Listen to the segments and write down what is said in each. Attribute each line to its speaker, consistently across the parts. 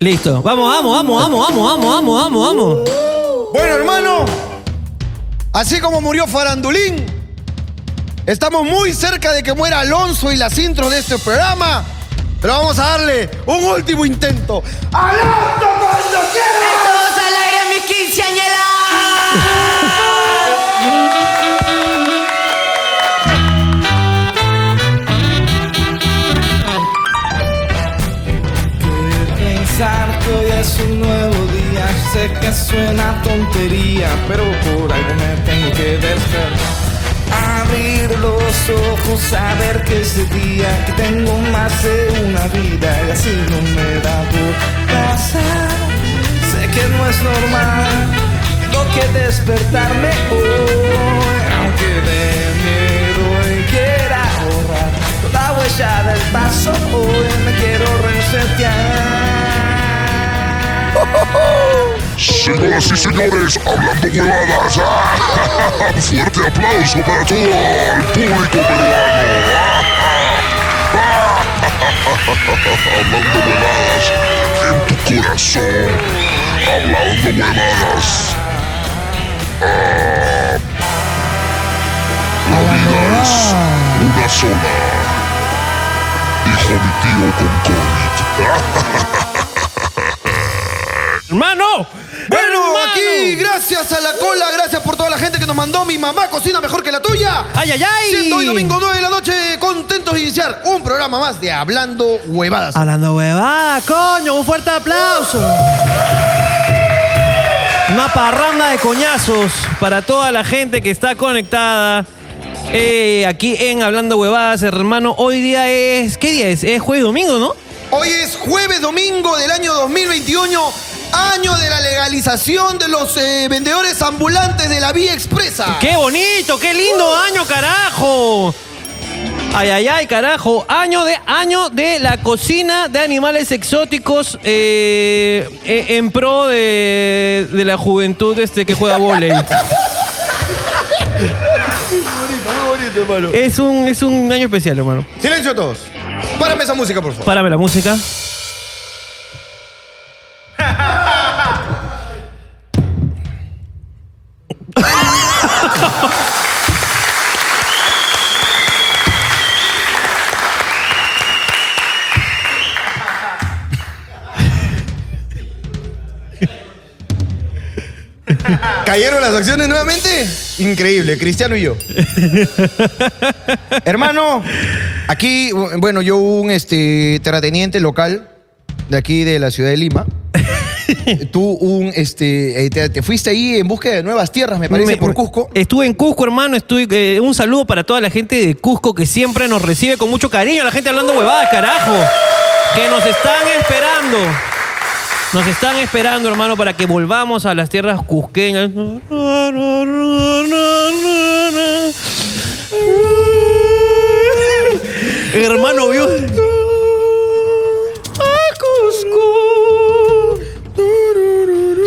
Speaker 1: Listo. Vamos, vamos, vamos, vamos, vamos, vamos, vamos, vamos, vamos.
Speaker 2: Bueno, hermano, así como murió Farandulín, estamos muy cerca de que muera Alonso y las intros de este programa. Pero vamos a darle un último intento. ¡Alonso cuando quiera!
Speaker 3: Todos al aire, mis quinceañeras.
Speaker 4: pensar que hoy es un nuevo día. Sé que suena tontería, pero por algo me tengo que despertar. Abrir los ojos, saber que ese día que tengo más de una vida y así no me da por pasar. Sé que no es normal, tengo que despertarme hoy, aunque de miedo y quiera ahorrar toda huella del paso. Hoy me quiero resetear.
Speaker 5: Señoras y señores, hablando huevadas. ¡Ah! Fuerte aplauso para todo el público peruano. ¡Ah! Hablando huevadas en tu corazón. Hablando huevadas. Ah. La vida es una sola. Dijo mi tío con COVID. ¡Ah!
Speaker 1: ¡Hermano!
Speaker 2: Bueno,
Speaker 1: ¡Hermano!
Speaker 2: aquí, gracias a la cola, gracias por toda la gente que nos mandó. Mi mamá cocina mejor que la tuya.
Speaker 1: ¡Ay, ay, ay!
Speaker 2: Siendo hoy domingo 9 de la noche, contentos de iniciar un programa más de Hablando Huevadas.
Speaker 1: Hablando huevada, coño, un fuerte aplauso. Una parranda de coñazos para toda la gente que está conectada. eh, aquí en Hablando Huevadas, hermano. Hoy día es. ¿Qué día es? Es jueves y domingo, ¿no?
Speaker 2: Hoy es jueves domingo del año 2021, año de la legalización de los eh, vendedores ambulantes de la vía expresa.
Speaker 1: ¡Qué bonito! ¡Qué lindo año, carajo! Ay, ay, ay, carajo. Año de año de la cocina de animales exóticos eh, eh, en pro de, de la juventud este que juega volei. Es un, es un año especial, hermano.
Speaker 2: Silencio todos. Párame esa música, por favor.
Speaker 1: Párame la música.
Speaker 2: ¿Cayeron las acciones nuevamente? Increíble, Cristiano y yo. Hermano, aquí, bueno, yo un este, terrateniente local de aquí de la ciudad de Lima. Tú un, este, eh, te, te fuiste ahí en búsqueda de nuevas tierras, me parece,
Speaker 1: Me-
Speaker 2: por Cusco.
Speaker 1: Estuve en Cusco, hermano. Estuve, eh, un saludo para toda la gente de Cusco que siempre nos recibe con mucho cariño. La gente hablando huevadas, carajo. Que nos están esperando. Nos están esperando, hermano, para que volvamos a las tierras cusqueñas. hermano, vio.
Speaker 2: Ah,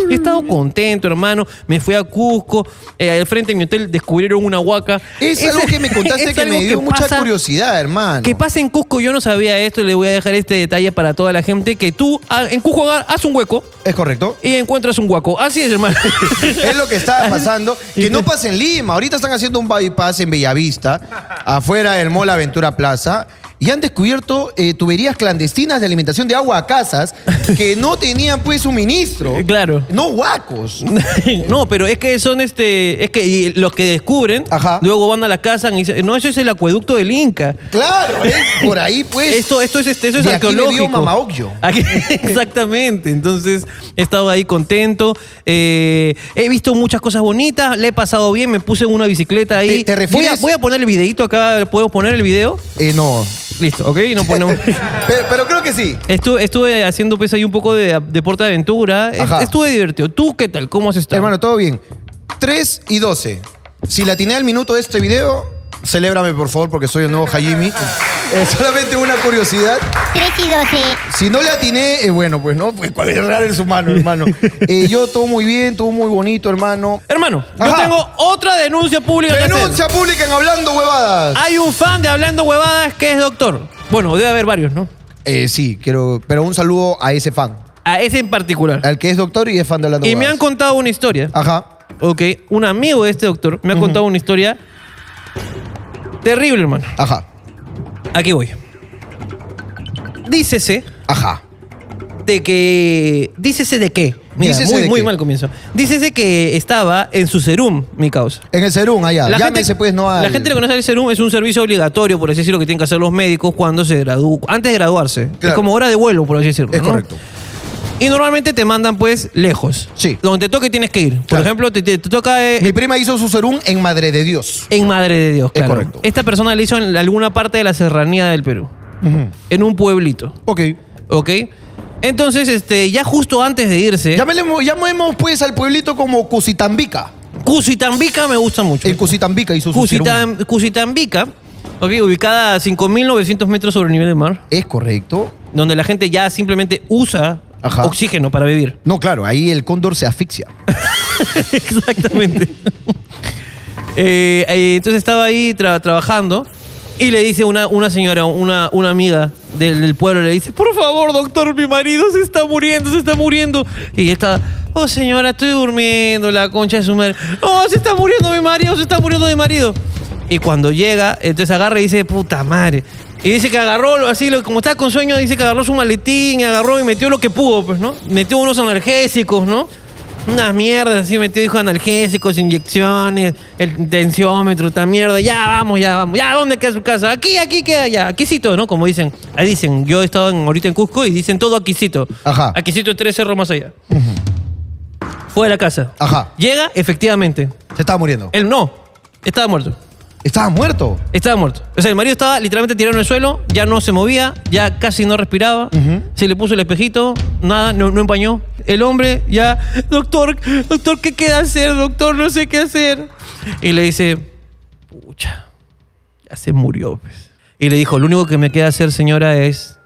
Speaker 1: He estado contento, hermano. Me fui a Cusco. eh, al frente de mi hotel descubrieron una huaca.
Speaker 2: Es, algo que me contaste
Speaker 1: es
Speaker 2: que
Speaker 1: algo
Speaker 2: me dio mucha
Speaker 1: pasa-
Speaker 2: curiosidad, hermano.
Speaker 1: Que pasa en Cusco, yo no sabía esto y le voy a dejar este detalle para toda la gente. Que tú ah, en Cusco ah, haz un hueco
Speaker 2: ¿Es correcto?
Speaker 1: y encuentras un huaco. Así es, hermano.
Speaker 2: Es lo que estaba pasando. Que no pasa en Lima. Ahorita están haciendo un bypass en Bellavista, afuera del Mall Aventura Plaza. Y han descubierto eh, tuberías clandestinas de alimentación de agua a casas que no tenían pues suministro.
Speaker 1: Eh, Claro.
Speaker 2: No huacos.
Speaker 1: no, pero es que son este. Es que y los que descubren,
Speaker 2: Ajá.
Speaker 1: luego van a la casa y dicen, no, eso es el acueducto del Inca.
Speaker 2: Claro, es por ahí pues.
Speaker 1: Esto, esto es, este, eso es
Speaker 2: de aquí me dio
Speaker 1: arqueológico.
Speaker 2: Mama Ocllo.
Speaker 1: Aquí- exactamente. Entonces, he estado ahí contento. Eh, he visto muchas cosas bonitas. Le he pasado bien. Me puse en una bicicleta ahí.
Speaker 2: ¿Te- te refieres-
Speaker 1: Voy a, voy a poner el videito acá. ¿Puedo poner el video?
Speaker 2: Eh, no.
Speaker 1: Listo, ok. No ponemos.
Speaker 2: Pero, pero creo que sí.
Speaker 1: Estuve, estuve haciendo pues ahí un poco de deporte de aventura. Es-
Speaker 2: Ajá.
Speaker 1: Estuve divertido. ¿Tú qué tal? ¿Cómo has estado?
Speaker 2: Hermano, todo bien. 3 y 12. Si latiné al minuto de este video, celébrame por favor porque soy el nuevo Hajimi. Es solamente una curiosidad.
Speaker 6: 3 y 12.
Speaker 2: Si no le atiné, eh, bueno, pues no, pues cuál es raro en su mano, hermano. Eh, yo todo muy bien, todo muy bonito, hermano.
Speaker 1: Hermano, yo
Speaker 2: Ajá.
Speaker 1: tengo otra denuncia pública. que hacer.
Speaker 2: Denuncia pública en hablando huevadas.
Speaker 1: Hay un fan de Hablando Huevadas que es doctor. Bueno, debe haber varios, ¿no?
Speaker 2: Eh, sí, quiero, pero un saludo a ese fan.
Speaker 1: A a ese en particular.
Speaker 2: Al que es doctor y es fan de la
Speaker 1: Y me han contado una historia.
Speaker 2: Ajá.
Speaker 1: Ok, un amigo de este doctor me ha contado una historia terrible, hermano.
Speaker 2: Ajá.
Speaker 1: Aquí voy. Dícese
Speaker 2: Ajá.
Speaker 1: de que. Dícese de qué. Mira,
Speaker 2: Dícese
Speaker 1: muy,
Speaker 2: de
Speaker 1: muy
Speaker 2: qué.
Speaker 1: mal comienzo. Dícese que estaba en su serum, mi causa.
Speaker 2: En el Cerún, allá.
Speaker 1: La
Speaker 2: Llámese,
Speaker 1: gente,
Speaker 2: pues, no al-
Speaker 1: la gente lo conoce el serum es un servicio obligatorio, por así decirlo, que tienen que hacer los médicos cuando se gradúan, antes de graduarse. Es
Speaker 2: Claro.
Speaker 1: como hora de vuelo, por así decirlo.
Speaker 2: Es
Speaker 1: ¿no?
Speaker 2: correcto.
Speaker 1: Y normalmente te mandan, pues, lejos.
Speaker 2: Sí.
Speaker 1: Donde te toque tienes que ir. Por
Speaker 2: Claro.
Speaker 1: ejemplo, te, te- te toca eh,
Speaker 2: Mi prima hizo su Cerún en Madre de Dios.
Speaker 1: en Madre de Dios,
Speaker 2: Es
Speaker 1: claro.
Speaker 2: correcto.
Speaker 1: Esta persona le hizo en alguna parte de la serranía del Perú. En un pueblito,
Speaker 2: Ok.
Speaker 1: ¿ok? Entonces, este, ya justo antes de irse,
Speaker 2: Llámele- llamemos, pues, al pueblito como Cusitambica.
Speaker 1: Cusitambica me gusta mucho.
Speaker 2: En Cusitambica hizo su Cerún.
Speaker 1: Cusitam- Cusitambica, ok, ubicada a 5.900 metros sobre el nivel del mar.
Speaker 2: Es correcto.
Speaker 1: donde la gente ya simplemente usa
Speaker 2: Ajá.
Speaker 1: oxígeno para vivir.
Speaker 2: No, claro, ahí el cóndor se asfixia.
Speaker 1: Exactamente. Eh, eh, entonces estaba ahí tra- trabajando y le dice una, una señora, una, una amiga del, del pueblo, le dice, por favor, doctor, mi marido se está muriendo, se está muriendo. Y ella está, oh señora, estoy durmiendo, la concha de su madre. Oh, se está muriendo mi marido, se está muriendo mi marido. Y cuando llega, entonces agarra y dice, puta madre. Y dice que agarró, lo- así lo- como estaba con sueño, dice que agarró su maletín, y agarró y metió lo que pudo, pues, ¿no? Metió unos analgésicos, ¿no? Unas mierdas, así metió, dijo, analgésicos, inyecciones, el tensiómetro, esta mierda. Ya, vamos, ya, vamos. Ya, ¿dónde queda su casa? Aquí, aquí queda, ya. Aquícito, ¿no? Como dicen. Ahí dicen, yo he estado en- ahorita en Cusco y dicen todo aquícito.
Speaker 2: Ajá.
Speaker 1: Aquícito tres cerros más allá. Fue a la casa.
Speaker 2: Ajá.
Speaker 1: Llega, efectivamente.
Speaker 2: Se estaba muriendo.
Speaker 1: Él no, estaba muerto.
Speaker 2: Estaba muerto.
Speaker 1: Estaba muerto. O sea, el marido estaba literalmente tirado en el suelo, ya no se movía, ya casi no respiraba. Se le puso el espejito, nada, no, no empañó. El hombre ya, doctor, doctor, ¿qué queda hacer? Doctor, no sé qué hacer. Y le dice, pucha, ya se murió. pues". Y le dijo, lo único que me queda hacer, señora, es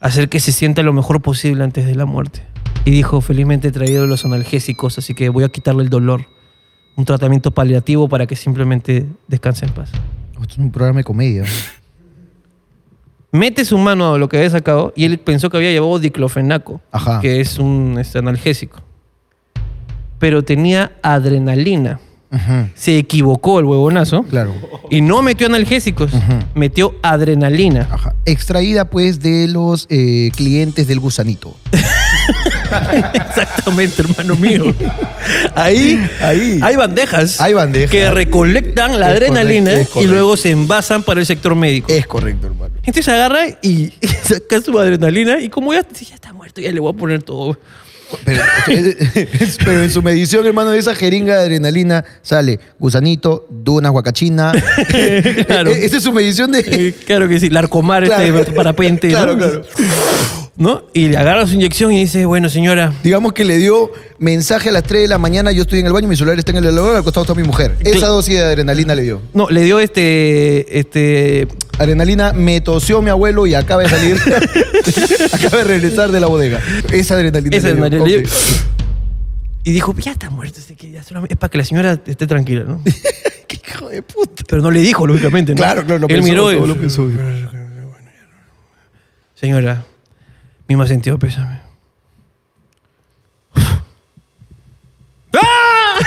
Speaker 1: hacer que se sienta lo mejor posible antes de la muerte. Y dijo, felizmente he traído los analgésicos, así que voy a quitarle el dolor. Un tratamiento paliativo para que simplemente descanse en paz.
Speaker 2: Esto es un programa de comedia.
Speaker 1: Mete su mano a lo que había sacado y él pensó que había llevado diclofenaco,
Speaker 2: Ajá.
Speaker 1: que es un este, analgésico. Pero tenía adrenalina.
Speaker 2: Ajá.
Speaker 1: Se equivocó el huevonazo
Speaker 2: Claro.
Speaker 1: y no metió analgésicos, metió adrenalina.
Speaker 2: Ajá. Extraída, pues, de los eh, clientes del gusanito.
Speaker 1: Exactamente, hermano mío. Ahí,
Speaker 2: Ahí.
Speaker 1: hay bandejas.
Speaker 2: Hay bandejas.
Speaker 1: Que recolectan la
Speaker 2: Es
Speaker 1: adrenalina
Speaker 2: correcto, es
Speaker 1: y
Speaker 2: correcto. Eh.
Speaker 1: luego se envasan para el sector médico.
Speaker 2: Es correcto, hermano.
Speaker 1: Entonces agarra y saca su adrenalina y como ya, ya está muerto, ya le voy a poner todo.
Speaker 2: Pero, pero en su medición, hermano, de esa jeringa de adrenalina sale gusanito, duna, guacachina.
Speaker 1: Claro.
Speaker 2: E- Esa es su medición de.
Speaker 1: Eh, Claro que sí, Larcomar,
Speaker 2: Claro.
Speaker 1: este parapente.
Speaker 2: Claro,
Speaker 1: ¿no?
Speaker 2: claro.
Speaker 1: ¿No? Y le agarra su inyección y dice, bueno, señora.
Speaker 2: Digamos que le dio mensaje a las 3 de la mañana, yo estoy en el baño, mi celular está en el elevador, al costado está mi mujer. Esa dosis de adrenalina le dio.
Speaker 1: No, le dio este. Este.
Speaker 2: Adrenalina me tosió mi abuelo y acaba de salir. acaba de regresar de la bodega. Esa adrenalina.
Speaker 1: Esa
Speaker 2: le dio.
Speaker 1: adrenalina le dio.
Speaker 2: Ok.
Speaker 1: Y dijo, ya está muerto este que ya solamente- Es para que la señora esté tranquila, ¿no?
Speaker 2: Qué hijo de puta.
Speaker 1: Pero no le dijo, lógicamente, ¿no?
Speaker 2: Claro, claro, lo
Speaker 1: Él
Speaker 2: pensó,
Speaker 1: miró y-
Speaker 2: todo lo pensó.
Speaker 1: Señora, mi más sentido pésame. ¡Ah!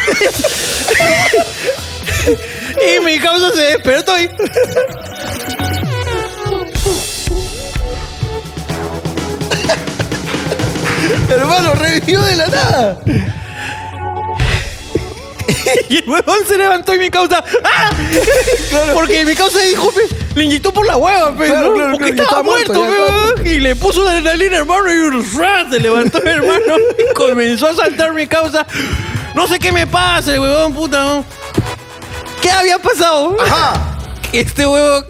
Speaker 1: y mi causa se despertó y...
Speaker 2: Hermano, revivió de la nada.
Speaker 1: Y el huevón se levantó y mi causa. ¡Ah! Porque mi causa dijo, "Pe, le inyectó por la hueva, pe,
Speaker 2: Claro,
Speaker 1: ¿no?
Speaker 2: claro,
Speaker 1: porque
Speaker 2: claro, ya
Speaker 1: estaba
Speaker 2: estaba
Speaker 1: muerto,
Speaker 2: muerto, ya
Speaker 1: pe,
Speaker 2: estaba
Speaker 1: huevón. Y le puso una adrenalina, hermano, y un rat se levantó mi hermano y comenzó a saltar mi causa. No sé qué me pasa, el huevón, puta. ¿no? ¿Qué había pasado?
Speaker 2: Ajá.
Speaker 1: Este huevón.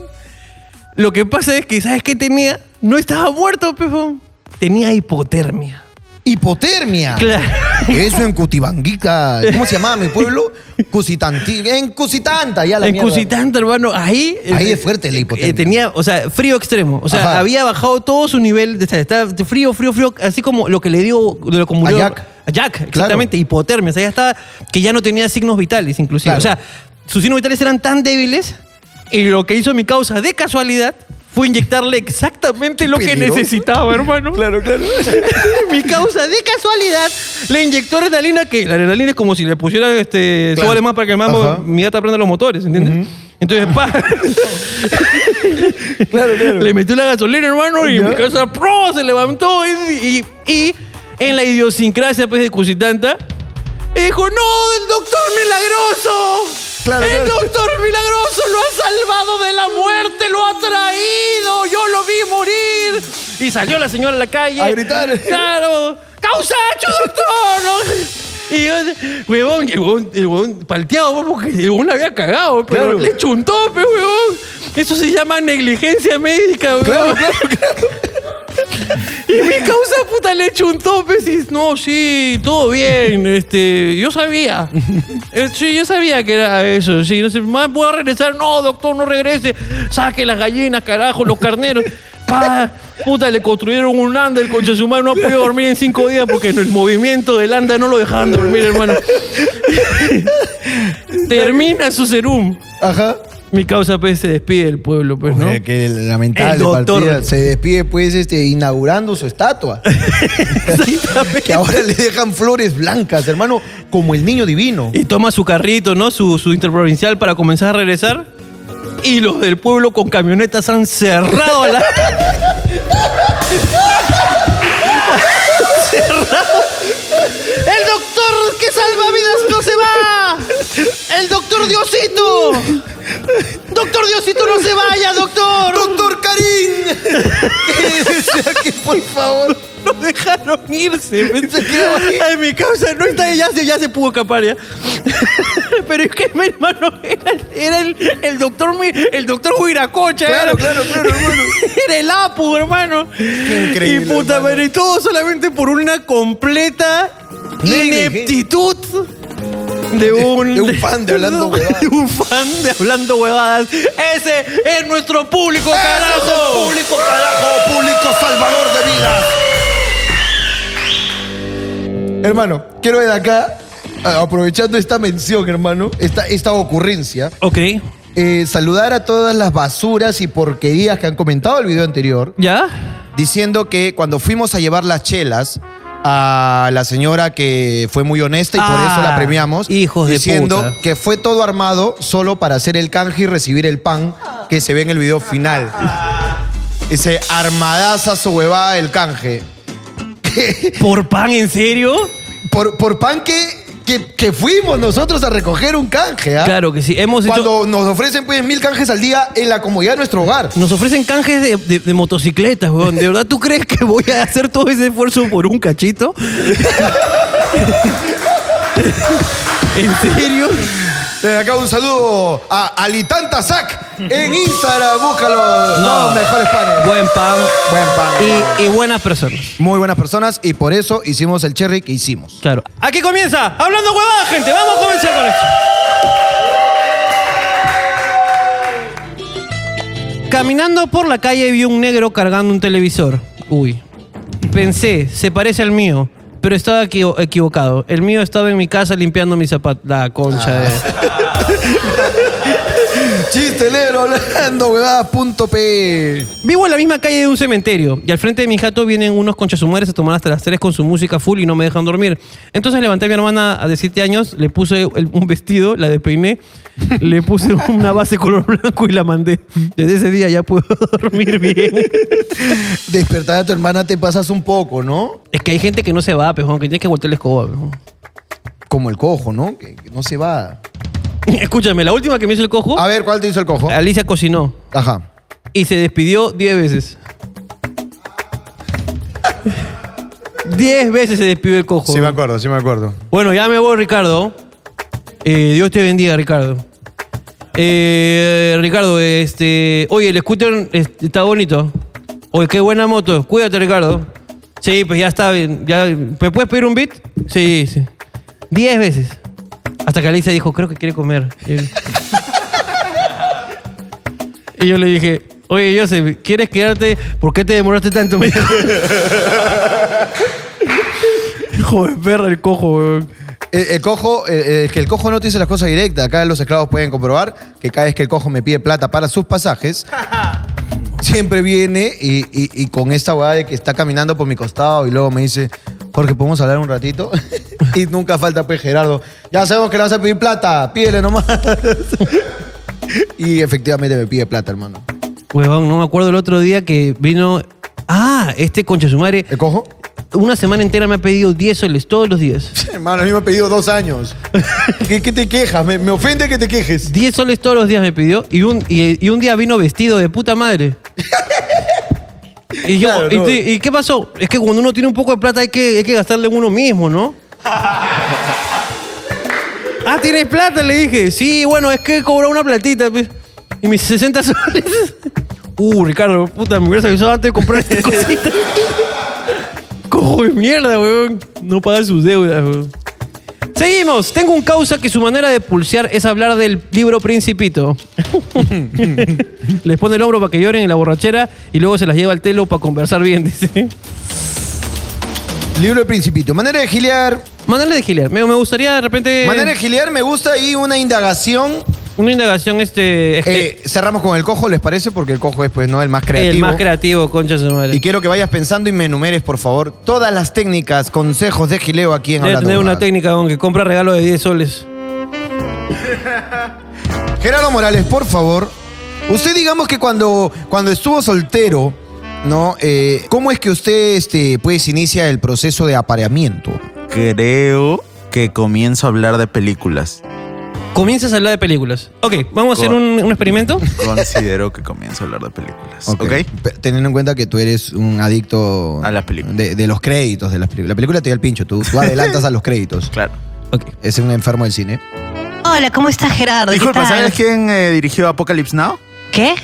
Speaker 1: Lo que pasa es que, ¿sabes qué tenía? No estaba muerto, pejón. Tenía hipotermia.
Speaker 2: Hipotermia.
Speaker 1: Claro.
Speaker 2: Eso en Cutibanguica. ¿Cómo se llamaba mi pueblo? Cusitanti. En Cusitanta, ya la
Speaker 1: En
Speaker 2: mierda.
Speaker 1: Cusitanta, hermano, ahí.
Speaker 2: Ahí es fuerte la hipotermia.
Speaker 1: Eh, tenía, o sea, frío extremo. O sea,
Speaker 2: Ajá.
Speaker 1: había bajado todo su nivel. de- o sea, estaba frío, frío, frío. Así como lo que le dio, de lo que murió.
Speaker 2: A Jack.
Speaker 1: a Jack, exactamente.
Speaker 2: Claro.
Speaker 1: Hipotermia. O sea, ya estaba. Que ya no tenía signos vitales, inclusive.
Speaker 2: Claro.
Speaker 1: O sea, sus signos vitales eran tan débiles. Y lo que hizo mi causa de casualidad fue inyectarle exactamente lo que
Speaker 2: peligroso.
Speaker 1: necesitaba, hermano.
Speaker 2: Claro, claro.
Speaker 1: Mi causa, de casualidad, le inyectó adrenalina que la adrenalina es como si le pusieran este,
Speaker 2: Claro.
Speaker 1: súbale más para que el mambo,
Speaker 2: Ajá.
Speaker 1: mi gata prenda los motores, ¿entiendes? Entonces, pa.
Speaker 2: Claro, claro.
Speaker 1: Le metió la gasolina, hermano, y
Speaker 2: Ya.
Speaker 1: mi casa ¡pro! se levantó. Y, y- y en la idiosincrasia pues, de Cusitanta, dijo: ¡No, el doctor milagroso!
Speaker 2: Claro,
Speaker 1: el
Speaker 2: claro.
Speaker 1: doctor milagroso lo ha salvado de la muerte, lo ha traído, yo lo vi morir. Y salió la señora a la calle.
Speaker 2: A gritar.
Speaker 1: Claro. ¡Causacho, doctor! ¿no? Y yo, huevón, y el huevón, el huevón palteado, pues, porque el huevón la había cagado, pero
Speaker 2: Claro.
Speaker 1: le chuntó, pues, huevón. Eso se llama negligencia médica, huevón.
Speaker 2: Claro, claro,
Speaker 1: Y mi causa puta le echo un tope y dice, no, sí, todo bien, este, yo sabía. Eh, Sí, yo sabía que era eso, sí, no sé, más puedo regresar, no, doctor, no regrese, saque las gallinas, carajo, los carneros. Pa, puta, le construyeron un anda, el concha de su madre no ha podido dormir en cinco días porque el movimiento del anda no lo dejaban dormir, hermano. Termina su serum.
Speaker 2: Ajá.
Speaker 1: Mi causa, pues, se despide del pueblo, pues, ¿no?
Speaker 2: Eh, que lamentable
Speaker 1: El doctor.
Speaker 2: partida. Se despide, pues, este, inaugurando su estatua. que ahora le dejan flores blancas, hermano, como el niño divino.
Speaker 1: Y toma su carrito, ¿no? Su, su interprovincial para comenzar a regresar. Y los del pueblo con camionetas han cerrado la.
Speaker 2: ¡El doctor que salva vidas no se va! ¡El doctor Diosito! ¡Doctor Diosito, no se vaya, doctor! ¡Doctor Karim! que por favor.
Speaker 1: No dejaron irse.
Speaker 2: Se quedó ahí.
Speaker 1: Ay, mi causa no está. Ya se, ya se pudo escapar ya. Pero es que mi hermano era, era el, el doctor mi- el doctor Huiracocha.
Speaker 2: Claro,
Speaker 1: era-
Speaker 2: claro, claro, hermano.
Speaker 1: Era el Apu, hermano.
Speaker 2: increíble,
Speaker 1: Y puta
Speaker 2: hermano.
Speaker 1: madre, y todo solamente por una completa
Speaker 2: Negligencia.
Speaker 1: ineptitud de un.
Speaker 2: de un fan de hablando huevadas.
Speaker 1: De un fan de hablando huevadas. Ese es nuestro público, carajo.
Speaker 2: ¡Público, carajo! ¡Público salvador de vidas! Hermano, quiero de acá, a- aprovechando esta mención, hermano, esta, esta ocurrencia,
Speaker 1: Ok.
Speaker 2: eh, saludar a todas las basuras y porquerías que han comentado el video anterior,
Speaker 1: ¿Ya?
Speaker 2: diciendo que cuando fuimos a llevar las chelas a la señora que fue muy honesta y por
Speaker 1: Ah,
Speaker 2: eso la premiamos,
Speaker 1: hijos de
Speaker 2: diciendo
Speaker 1: puta.
Speaker 2: que fue todo armado solo para hacer el canje y recibir el pan que se ve en el video final. Dice, armadaza su huevada el canje.
Speaker 1: ¿Por pan, en serio?
Speaker 2: Por, por pan que, que, que fuimos nosotros a recoger un canje, ¿ah?
Speaker 1: Claro que sí. Hemos hecho-
Speaker 2: Cuando nos ofrecen pues mil canjes al día en la comodidad de nuestro hogar.
Speaker 1: Nos ofrecen canjes de, de- de motocicletas, weón. ¿De verdad tú crees que voy a hacer todo ese esfuerzo por un cachito? ¿En serio?
Speaker 2: Desde acá un saludo a Alitanta Sac en Instagram. Búscalo. No, mejores panes.
Speaker 1: Buen pan.
Speaker 2: Buen pan.
Speaker 1: Y, y buenas personas.
Speaker 2: Muy buenas personas y por eso hicimos el cherry que hicimos.
Speaker 1: Claro. Aquí comienza. Hablando huevada, gente. Vamos a comenzar con esto. Caminando por la calle vi un negro cargando un televisor. Uy. Pensé, se parece al mío. Pero estaba equivo- equivocado. El mío estaba en mi casa limpiando mis zapatos. La concha de...
Speaker 2: Chiste negro hablando, huevada, punto P.
Speaker 1: Vivo en la misma calle de un cementerio y al frente de mi jato vienen unos conchasumares a tomar hasta las 3 con su música full y no me dejan dormir. Entonces levanté a mi hermana de 7 años, le puse el- un vestido, la despeiné, le puse una base color blanco y la mandé. Desde ese día ya puedo dormir bien.
Speaker 2: Despertar a tu hermana te pasas un poco, ¿no?
Speaker 1: Es que hay gente que no se va, pejón, que tiene que voltear la escoba, pejón.
Speaker 2: Como el cojo, ¿no? Que, que no se va.
Speaker 1: Escúchame, la última que me hizo el cojo,
Speaker 2: A ver, ¿cuál te hizo el cojo?
Speaker 1: Alicia cocinó
Speaker 2: Ajá.
Speaker 1: y se despidió 10 veces. 10 veces se despidió el cojo.
Speaker 2: Sí me acuerdo, sí me acuerdo.
Speaker 1: Bueno, ya me voy, Ricardo. Eh, Dios te bendiga, Ricardo. Eh, Ricardo, este. Oye, el scooter este, está bonito. Oye, qué buena moto. Cuídate, Ricardo. Sí, pues ya está bien. Ya, ¿Me puedes pedir un beat? Sí, sí. Diez veces. Hasta que Alicia dijo, creo que quiere comer. Y él- Y yo le dije, oye, Joseph, ¿quieres quedarte? ¿Por qué te demoraste tanto? Me dijo. Hijo de perra, el cojo, weón.
Speaker 2: El, el cojo, eh, eh, es que el cojo no te dice las cosas directas. Acá los esclavos pueden comprobar que cada vez que el cojo me pide plata para sus pasajes, siempre viene y, y- y con esta weá de que está caminando por mi costado y luego me dice, Jorge, ¿podemos hablar un ratito? y nunca falta, pues, Gerardo. Ya sabemos que le vas a pedir plata, pídele nomás. y efectivamente me pide plata, hermano.
Speaker 1: Huevón, no me acuerdo el otro día que vino. Ah, este concha de su madre.
Speaker 2: ¿Me cojo?
Speaker 1: Una semana entera me ha pedido 10 soles todos los días.
Speaker 2: Hermano, a mí me ha pedido dos años. ¿Qué, qué te quejas? Me, me ofende que te quejes.
Speaker 1: 10 soles todos los días me pidió y un, y, y un día vino vestido de puta madre. Y yo,
Speaker 2: Claro,
Speaker 1: ¿y,
Speaker 2: no.
Speaker 1: te- y qué pasó? Es que cuando uno tiene un poco de plata hay que, hay que gastarle en uno mismo, ¿no? ah, ¿tienes plata? Le dije. Sí, bueno, es que cobró una platita. pe. Y mis 60 soles. Uh, Ricardo, puta, me hubieras avisado antes de comprar esta cosita. Cojo de mierda, weón. No paga sus deudas, weón. Seguimos. Tengo un causa que su manera de pulsear es hablar del libro Principito. Les pone el hombro para que lloren en la borrachera y luego se las lleva al telo para conversar bien, dice.
Speaker 2: Libro del Principito. Manera de gilear.
Speaker 1: Mándale de gilear. Me, me gustaría de repente
Speaker 2: Manera de gilear, me gusta ahí una indagación.
Speaker 1: una indagación este es que-
Speaker 2: Eh, cerramos con el cojo, ¿les parece? Porque el cojo es, pues, ¿no? El más creativo.
Speaker 1: el más creativo, concha de su madre.
Speaker 2: Y quiero que vayas pensando y me enumeres, por favor, todas las técnicas, consejos de gileo aquí en
Speaker 1: Debe
Speaker 2: Hablando
Speaker 1: tener una
Speaker 2: Huevadas.
Speaker 1: técnica, aunque compra regalo de 10 soles.
Speaker 2: Gerardo Morales, por favor, usted digamos que cuando, cuando estuvo soltero, ¿no? Eh, ¿Cómo es que usted, este, pues, inicia el proceso de apareamiento?
Speaker 7: Creo que comienzo a hablar de películas.
Speaker 1: Comienzas a hablar de películas. Ok, vamos a hacer
Speaker 7: Con-
Speaker 1: un, un experimento.
Speaker 7: Considero que comienzo a hablar de películas. ¿Ok?
Speaker 2: Pe- Teniendo en cuenta que tú eres un adicto...
Speaker 7: A las películas.
Speaker 2: De, de los créditos de las películas. La película te da el pincho, tú, tú adelantas a los créditos.
Speaker 7: Claro.
Speaker 1: Ok.
Speaker 2: Es un enfermo del cine.
Speaker 6: Hola, ¿cómo estás, Gerardo? ¿Qué
Speaker 7: Disculpa,
Speaker 6: tal?
Speaker 7: ¿sabes quién eh, dirigió Apocalypse Now?
Speaker 6: ¿Qué?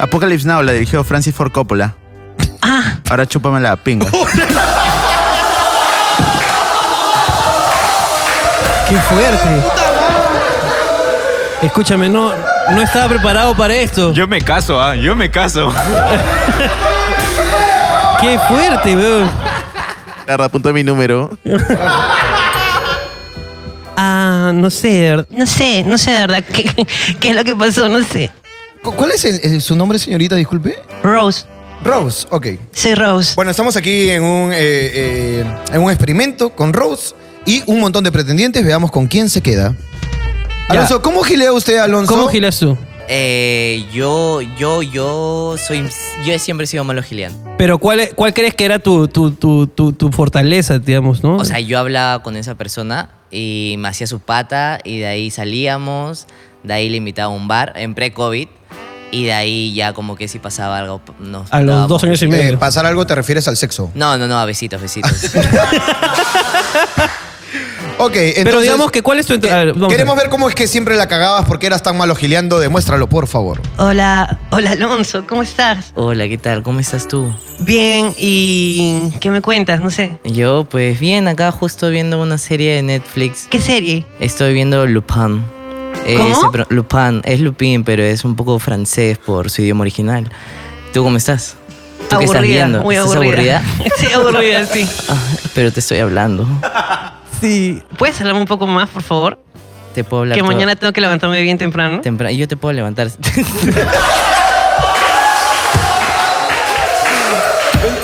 Speaker 7: Apocalypse Now la dirigió Francis Ford Coppola.
Speaker 6: Ah,
Speaker 7: Ahora chúpame la pinga.
Speaker 1: Qué fuerte. Escúchame, no, no estaba preparado para esto.
Speaker 8: Yo me caso, ah, yo me caso.
Speaker 1: Qué fuerte, weón.
Speaker 7: Agarra, apunta mi número.
Speaker 1: Ah, no sé. de verdad.
Speaker 6: no sé, no sé de verdad qué, qué es lo que pasó, no sé.
Speaker 2: Cu- ¿Cuál es el- el- su nombre, señorita? Disculpe.
Speaker 6: Rose,
Speaker 2: Rose, ok.
Speaker 6: soy Rose.
Speaker 2: Bueno, estamos aquí en un, eh, eh, en un experimento con Rose y un montón de pretendientes. Veamos con quién se
Speaker 1: Ya.
Speaker 2: queda. Alonso, ¿cómo gilea usted, Alonso?
Speaker 1: ¿Cómo gilas tú?
Speaker 3: Eh, yo, yo, yo soy. Yo he siempre he sido malo giliano.
Speaker 1: Pero ¿cuál, es- cuál crees que era tu, tu, tu, tu, tu fortaleza, digamos, no?
Speaker 3: O sea, yo hablaba con esa persona y me hacía su pata y de ahí salíamos, de ahí le invitaba a un bar en pre-COVID y de ahí ya como que si pasaba algo nos
Speaker 1: a los
Speaker 3: dábamos-
Speaker 1: dos años y
Speaker 2: Eh,
Speaker 1: medio.
Speaker 2: pasar algo te refieres al sexo.
Speaker 3: No, no, no, a besitos, besitos.
Speaker 2: Ok, entonces.
Speaker 1: Pero digamos que ¿cuál es tu... entre- a ver,
Speaker 2: eh,
Speaker 1: vamos a ver.
Speaker 2: Queremos ver cómo es que siempre la cagabas porque eras tan malo gileando. Demuéstralo, por favor.
Speaker 6: Hola, hola Alonso, ¿cómo estás?
Speaker 3: Hola, ¿qué tal? ¿Cómo estás tú?
Speaker 6: Bien, ¿y qué me cuentas? No sé.
Speaker 3: Yo, pues bien, acá justo viendo una serie de Netflix.
Speaker 6: ¿Qué serie?
Speaker 3: Estoy viendo Lupin. Eh,
Speaker 6: ¿Cómo?
Speaker 3: se pro- Lupin, es Lupin, pero es un poco francés por su idioma original. ¿Tú cómo estás? ¿Tú qué estás viendo?
Speaker 6: muy
Speaker 3: ¿Estás
Speaker 6: aburrida.
Speaker 3: aburrida?
Speaker 6: sí, aburrida, sí.
Speaker 3: Ah, pero te estoy hablando.
Speaker 1: Sí.
Speaker 6: ¿Puedes hablarme un poco más, por favor?
Speaker 3: Te puedo hablar.
Speaker 6: Que
Speaker 3: todo-
Speaker 6: mañana tengo que levantarme bien temprano.
Speaker 3: temprano. Yo te puedo levantar.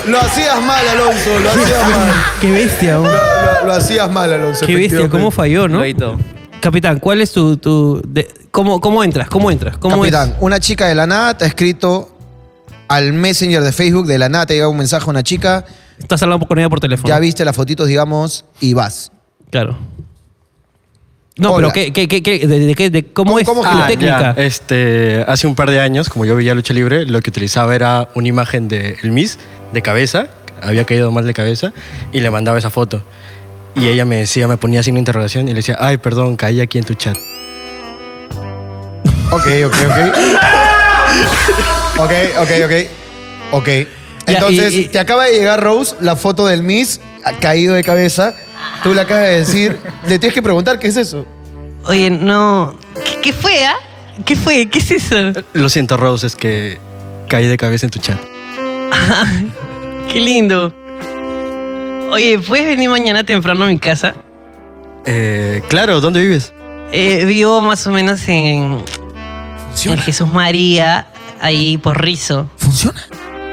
Speaker 2: Lo hacías mal, Alonso. Lo hacías mal.
Speaker 1: Qué bestia, weón.
Speaker 2: Lo, lo hacías mal, Alonso.
Speaker 1: Qué bestia,
Speaker 2: efectivamente.
Speaker 1: cómo falló, ¿no?
Speaker 3: Loito.
Speaker 1: Capitán, ¿cuál es tu... tu de- cómo, ¿Cómo entras? ¿Cómo entras? ¿Cómo
Speaker 2: Capitán, una chica de la nada te ha escrito al Messenger de Facebook. De la nada te llega un mensaje a una chica.
Speaker 1: es? Estás hablando con ella por teléfono.
Speaker 2: Ya viste las fotitos, digamos, y vas.
Speaker 1: Claro. No, pero
Speaker 2: Hola.
Speaker 1: ¿qué, qué, qué, qué- de, de qué- de- ¿cómo,
Speaker 2: ¿Cómo-
Speaker 1: es
Speaker 2: cómo
Speaker 1: tu
Speaker 2: gilear?
Speaker 1: técnica?
Speaker 9: Ya, este, hace un par de años, como yo veía lucha libre, lo que utilizaba era una imagen de el Miss de cabeza, había caído mal de cabeza, y le mandaba esa foto. Y ella me decía, me ponía sin interrogación y le decía, ay, perdón, caí aquí en tu chat.
Speaker 2: Ok, ok, ok. ok, ok, ok. Ok.
Speaker 1: Ya,
Speaker 2: Entonces,
Speaker 1: y- y-
Speaker 2: te acaba de llegar Rose la foto del Miss ha caído de cabeza. Tú le acabas de decir, le tienes que preguntar qué es eso.
Speaker 6: Oye, no. ¿Qué, qué fue, ah? ¿Qué fue? ¿Qué es eso?
Speaker 9: eh, Lo siento, Rose, es que caí de cabeza en tu chat.
Speaker 6: Qué lindo. Oye, ¿puedes venir mañana temprano a mi casa?
Speaker 9: Eh, claro, ¿dónde vives?
Speaker 6: Eh, vivo más o menos en, en Jesús María, ahí por rizo.
Speaker 2: ¿Funciona?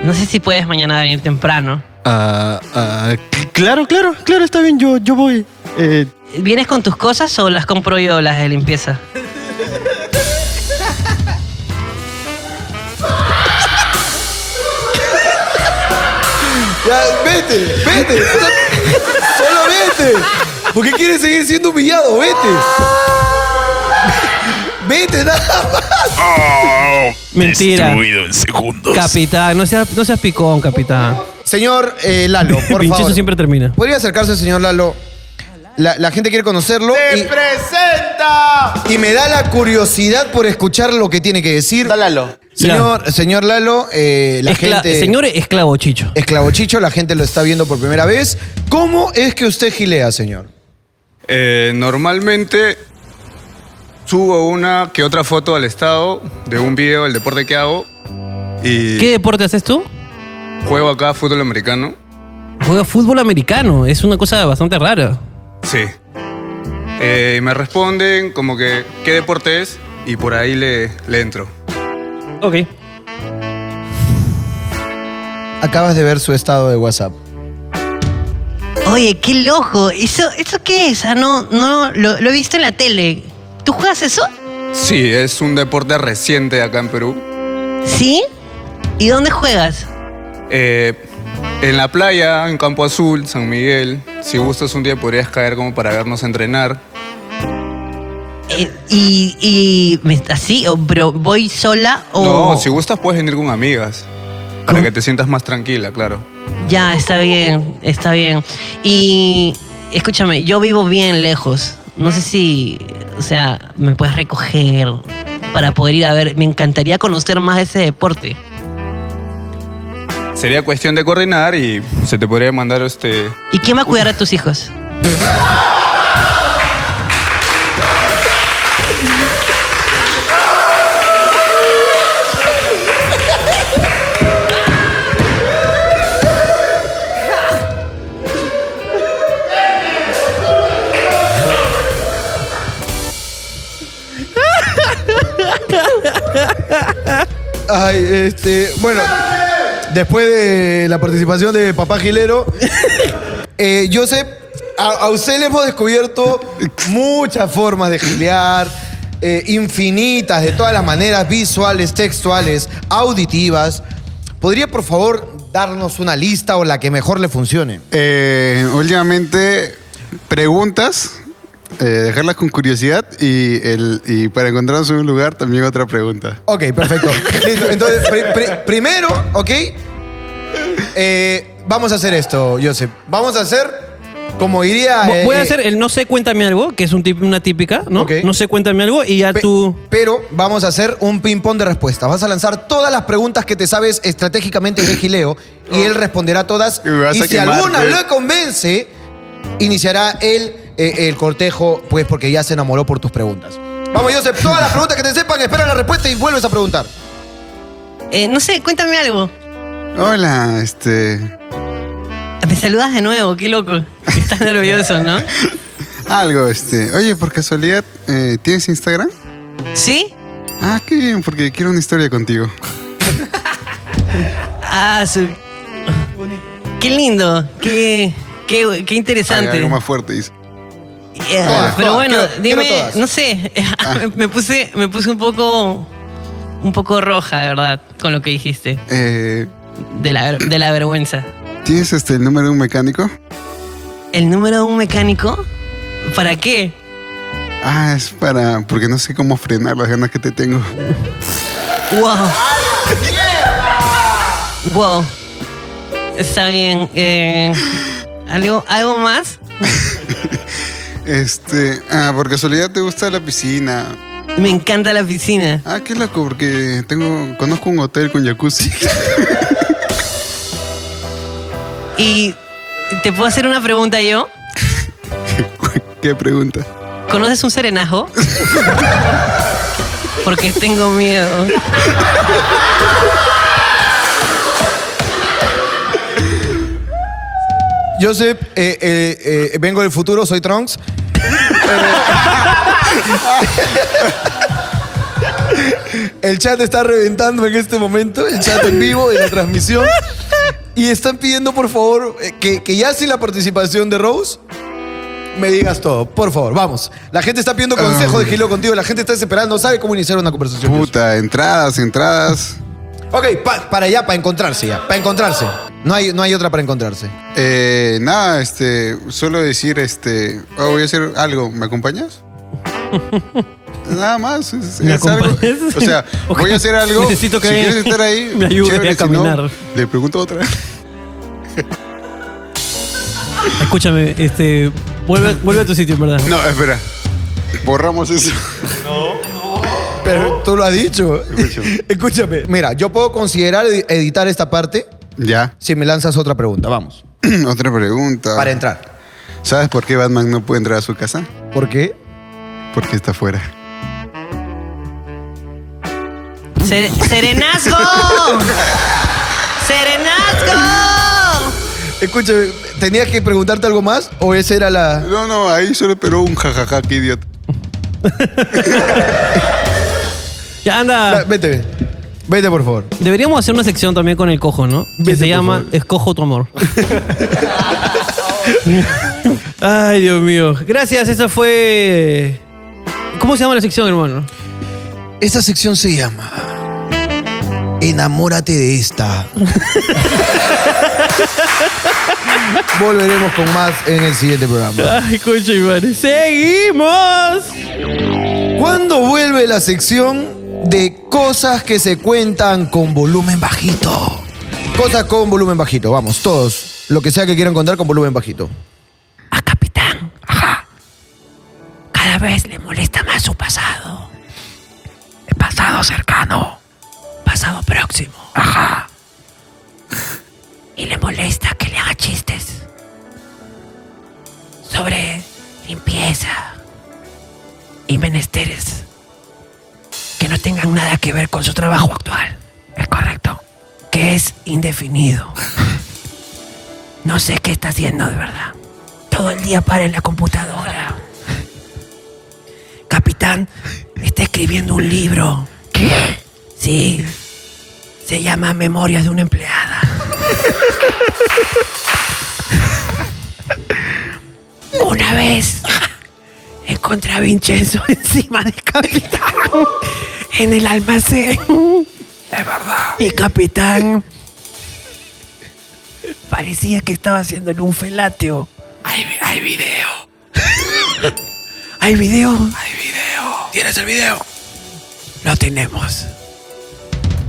Speaker 6: No sé si puedes mañana venir temprano.
Speaker 9: Ah, ah, cl- claro, claro, claro, está bien, yo, yo voy. Eh,
Speaker 6: ¿Vienes con tus cosas o las compro yo las de limpieza?
Speaker 2: Ya, vete, vete. Solo vete. Porque quieres seguir siendo humillado, vete. Vete, nada más.
Speaker 1: Mentira.
Speaker 10: Destruido en segundos.
Speaker 1: Capitán, no seas, no seas picón, capitán.
Speaker 2: Señor eh, Lalo, por
Speaker 1: Pinchizo
Speaker 2: favor.
Speaker 1: siempre termina.
Speaker 2: ¿Podría acercarse el señor Lalo? La, la gente quiere conocerlo
Speaker 11: ¡Te
Speaker 2: y,
Speaker 11: presenta!
Speaker 2: y me da la curiosidad por escuchar lo que tiene que decir.
Speaker 11: Dálalo.
Speaker 2: Señor, señor Lalo, eh, la
Speaker 1: Escla-
Speaker 2: gente...
Speaker 1: Señor esclavo, Chicho.
Speaker 2: Esclavo Chicho, la gente lo está viendo por primera vez. ¿Cómo es que usted gilea, señor?
Speaker 8: Eh, normalmente subo una que otra foto al estado de un video del deporte que hago y
Speaker 1: ¿Qué deporte haces tú?
Speaker 8: juego acá fútbol americano.
Speaker 1: Juega fútbol americano. Es una cosa bastante rara.
Speaker 8: Sí. Eh, y me responden como que qué deporte es y por ahí le, le entro.
Speaker 1: Ok.
Speaker 2: Acabas de ver su estado de WhatsApp.
Speaker 6: Oye, qué loco. ¿Eso, eso qué es? Ah, no, no, lo, lo he visto en la tele. ¿Tú juegas eso?
Speaker 8: Sí, es un deporte reciente acá en Perú.
Speaker 6: ¿Sí? ¿Y dónde juegas?
Speaker 8: Eh, en la playa, en Campo Azul, San Miguel. Si gustas un día podrías caer como para vernos entrenar.
Speaker 6: Eh, y, y me- así, o- pero voy sola o.
Speaker 8: No, si gustas puedes venir con amigas. Para que te sientas más tranquila, claro.
Speaker 6: Ya, está bien, está bien. Y escúchame, yo vivo bien lejos. No sé si, o sea, me puedes recoger para poder ir a ver. Me encantaría conocer más de ese deporte.
Speaker 8: Sería cuestión de coordinar y se te podría mandar este...
Speaker 6: ¿Y quién va a cuidar a tus hijos?
Speaker 2: Ay, este, bueno, después de la participación de Papá Gilero, eh, yo sé, a, a usted le hemos descubierto muchas formas de gilear, eh, infinitas, de todas las maneras, visuales, textuales, auditivas. ¿Podría, por favor, darnos una lista o la que mejor le funcione?
Speaker 5: Eh, últimamente, preguntas, eh, dejarlas con curiosidad y, el, y para encontrarnos en un lugar también otra pregunta.
Speaker 2: Ok, perfecto. Listo, Entonces, pri- pri- primero, ok, eh, vamos a hacer esto, Joseph. Vamos a hacer... Como diría.
Speaker 1: Vo- Voy a
Speaker 2: eh,
Speaker 1: hacer el no sé, cuéntame algo, que es un tip- una típica, ¿no?
Speaker 2: Ok.
Speaker 1: No sé, cuéntame algo y ya
Speaker 2: Pe-
Speaker 1: tú.
Speaker 2: Pero vamos a hacer un ping-pong de respuestas. Vas a lanzar todas las preguntas que te sabes estratégicamente de Gileo y él responderá todas.
Speaker 5: Me vas
Speaker 2: Y
Speaker 5: a
Speaker 2: si
Speaker 5: quemar,
Speaker 2: alguna
Speaker 5: pues.
Speaker 2: lo convence, iniciará él eh, el cortejo, pues porque ya se enamoró por tus preguntas. Vamos, Joseph, todas las preguntas que te sepan, espera la respuesta y vuelves a preguntar.
Speaker 6: Eh, no sé, cuéntame algo.
Speaker 5: Hola, este.
Speaker 6: Me saludas de nuevo, qué loco. Estás nervioso, ¿no?
Speaker 5: Algo, este. Oye, por casualidad, eh, ¿tienes Instagram?
Speaker 6: ¿Sí?
Speaker 5: Ah, qué bien, porque quiero una historia contigo.
Speaker 6: Ah, su... Qué lindo, qué, qué, qué
Speaker 5: Ay,
Speaker 6: interesante.
Speaker 5: algo más fuerte, dice.
Speaker 6: Eh,
Speaker 5: Todas,
Speaker 6: pero
Speaker 5: todas,
Speaker 6: bueno,
Speaker 5: quiero- quiero
Speaker 6: dime,
Speaker 5: todas. Ah.
Speaker 6: no sé, me, me puse, me puse un poco, un poco roja, de verdad, con lo que dijiste,
Speaker 5: Eh,
Speaker 6: de la, ver- de la vergüenza.
Speaker 5: ¿Tienes este, el número de un mecánico?
Speaker 6: ¿El número de un mecánico? ¿Para qué?
Speaker 5: Ah, es para. porque no sé cómo frenar las ganas que te tengo.
Speaker 6: Wow. Wow. Está bien. eh, ¿algo, ¿Algo más?
Speaker 5: Este. Ah, por casualidad te gusta la piscina.
Speaker 6: Me encanta la piscina.
Speaker 5: Ah, qué loco, porque tengo, conozco un hotel con jacuzzi.
Speaker 6: Y te puedo hacer una pregunta yo.
Speaker 5: ¿Qué pregunta?
Speaker 6: ¿Conoces un serenajo? Porque tengo miedo.
Speaker 2: Joseph, eh, eh, eh, vengo del futuro, soy Trunks. El chat está reventando en este momento, el chat en vivo de la transmisión. Y están pidiendo, por favor, eh, que, que ya sin la participación de Rose, me digas todo. Por favor, vamos. La gente está pidiendo consejo de Gilo contigo, la gente está desesperada, no sabe cómo iniciar una conversación.
Speaker 5: Puta, entradas, entradas.
Speaker 2: Ok, pa- para allá, para encontrarse ya, para encontrarse. No hay, no hay otra para encontrarse.
Speaker 5: Eh, nada, este, solo decir, este, oh, voy a hacer algo, ¿me acompañas? Nada más. es-
Speaker 10: ¿Me
Speaker 5: es algo-
Speaker 10: acompañas?
Speaker 5: o sea,
Speaker 10: Ok.
Speaker 5: voy a hacer algo.
Speaker 10: Necesito que
Speaker 5: si quieres estar ahí,
Speaker 10: me ayude
Speaker 5: chévere,
Speaker 10: a
Speaker 5: si no,
Speaker 10: caminar.
Speaker 5: le pregunto otra vez.
Speaker 1: Escúchame, este. Vuelve, vuelve a tu sitio, en verdad.
Speaker 5: No, espera. Borramos eso.
Speaker 2: Pero tú lo has dicho. Oh. Escúchame. Mira, yo puedo considerar edi- editar esta parte
Speaker 5: Ya.
Speaker 2: si me lanzas otra pregunta. Vamos.
Speaker 5: otra pregunta. Para
Speaker 2: entrar.
Speaker 5: ¿Sabes por qué Batman no puede entrar a su casa?
Speaker 2: ¿Por qué?
Speaker 5: Porque está afuera.
Speaker 6: Se- ¡Serenazgo! ¡Serenazgo!
Speaker 2: Escúchame, ¿tenías que preguntarte algo más o esa era la...?
Speaker 5: No, no, ahí solo pero un jajaja, qué idiota.
Speaker 1: Ya anda.
Speaker 2: vete, vete. Vete, por favor.
Speaker 1: Deberíamos hacer una sección también con el cojo, ¿no? Que se llama Escojo tu amor. Ay, Dios mío. Gracias, esa fue. ¿Cómo se llama la sección, hermano?
Speaker 2: Esta sección se llama. Enamórate de esta. Volveremos con más en el siguiente programa.
Speaker 1: Ay, concha y madre. ¡Seguimos!
Speaker 2: ¿Cuándo vuelve la sección de cosas que se cuentan con volumen bajito? Cosas con volumen bajito, vamos, todos. Lo que sea que quieran contar con volumen bajito.
Speaker 4: Cada vez le molesta más su pasado. El pasado cercano. Pasado próximo. Ajá. Y le molesta que le haga chistes. Sobre limpieza. Y menesteres. Que no tengan nada que ver con su trabajo actual. Es correcto. Que es indefinido. No sé qué está haciendo de verdad. Todo el día para en la computadora. Capitán está escribiendo un libro. ¿Qué? Sí. Se llama Memorias de una empleada. Una vez encontré a Vincenzo encima de Capitán en el almacén. Es verdad. Y Capitán parecía que estaba haciendo un felatio. Hay, vi- hay video. ¿Hay video? Hay video. ¿Tienes el video? Lo tenemos.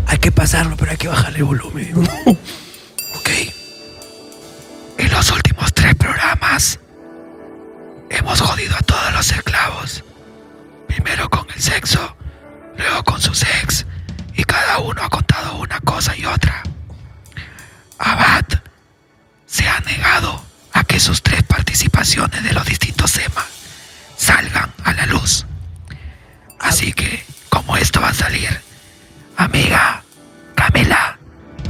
Speaker 4: Hay que pasarlo, pero hay que bajarle el volumen. ok. En los últimos tres programas hemos jodido a todos los esclavos. Primero con el sexo, luego con su sex. Y cada uno ha contado una cosa y otra. Abad se ha negado a que sus tres participaciones de los distintos temas salgan a la luz. Así que, como esto va a salir, amiga, Camila,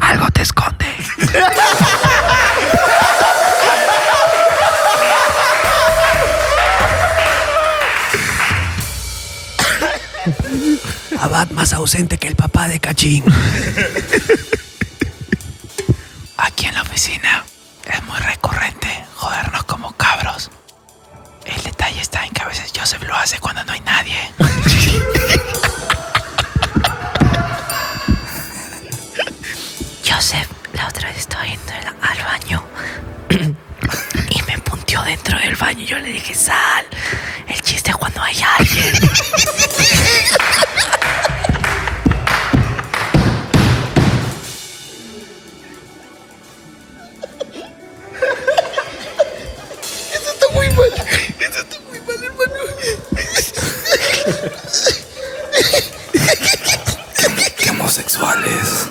Speaker 4: algo te esconde. Abad más ausente que el papá de Cachín. Aquí en la oficina es muy recurrente jodernos como cabros. El detalle está en que a veces Joseph lo hace cuando no hay nadie. Joseph, la otra vez estaba yendo al- al baño y me punteó dentro del baño y yo le dije, sal, el chiste es cuando hay alguien.
Speaker 10: Esto está muy mal. Esto está muy mal, hermano.
Speaker 12: Qué homosexuales.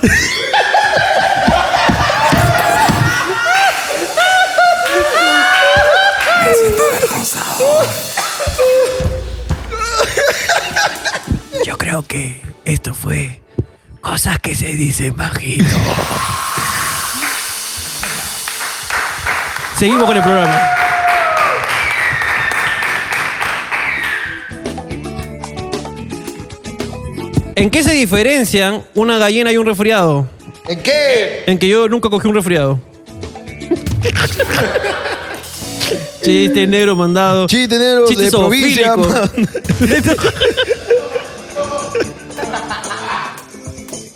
Speaker 12: Me siento avergonzado.
Speaker 4: Yo creo que esto fue cosas que se dicen bajito.
Speaker 1: Seguimos con el programa. ¿En qué se diferencian una gallina y un resfriado?
Speaker 2: ¿En qué?
Speaker 1: En que yo nunca cogí un resfriado. Chiste negro mandado.
Speaker 2: Chiste negro
Speaker 1: Chiste
Speaker 2: de provincia.
Speaker 1: zoofílico.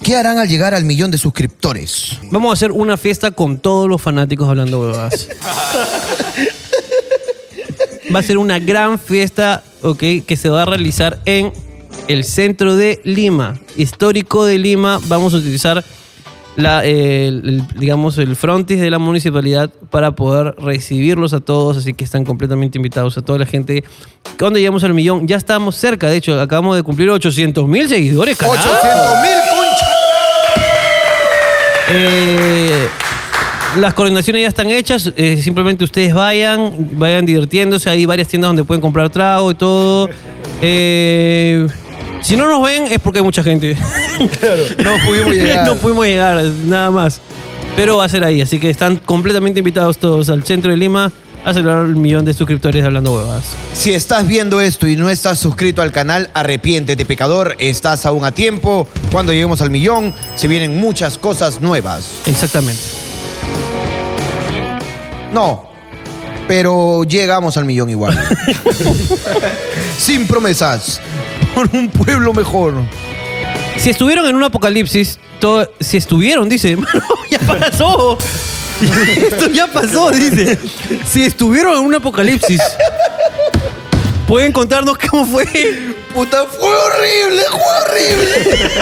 Speaker 2: ¿Qué harán al llegar al millón de suscriptores?
Speaker 1: Vamos a hacer una fiesta con todos los fanáticos hablando huevadas. Va a ser una gran fiesta, ok, que se va a realizar en el centro de Lima, histórico de Lima. Vamos a utilizar la, eh, el- el- digamos, el frontis de la municipalidad para poder recibirlos a todos, así que están completamente invitados a toda la gente. Cuando llegamos al millón, ya estamos cerca, de hecho, acabamos de cumplir 800 mil seguidores, carajo.
Speaker 2: 800 mil
Speaker 1: Eh, las coordinaciones ya están hechas, eh, simplemente ustedes vayan, vayan divirtiéndose, hay varias tiendas donde pueden comprar trago y todo. Eh, si no nos ven es porque hay mucha gente.
Speaker 2: No pudimos llegar.
Speaker 1: no pudimos llegar, nada más. Pero va a ser ahí, así que están completamente invitados todos al centro de Lima a celebrar el millón de suscriptores de hablando huevas.
Speaker 2: Si estás viendo esto y no estás suscrito al canal, arrepiéntete, pecador. Estás aún a tiempo. Cuando lleguemos al millón, se vienen muchas cosas nuevas.
Speaker 1: Exactamente.
Speaker 2: No, pero llegamos al millón igual. Sin promesas, por un pueblo mejor.
Speaker 1: Si estuvieron en un apocalipsis, todo- si estuvieron, dice, "Mano, ya pasó. Esto ya pasó, dice. Si estuvieron en un apocalipsis, pueden contarnos cómo fue.
Speaker 2: Puta, fue horrible,
Speaker 1: fue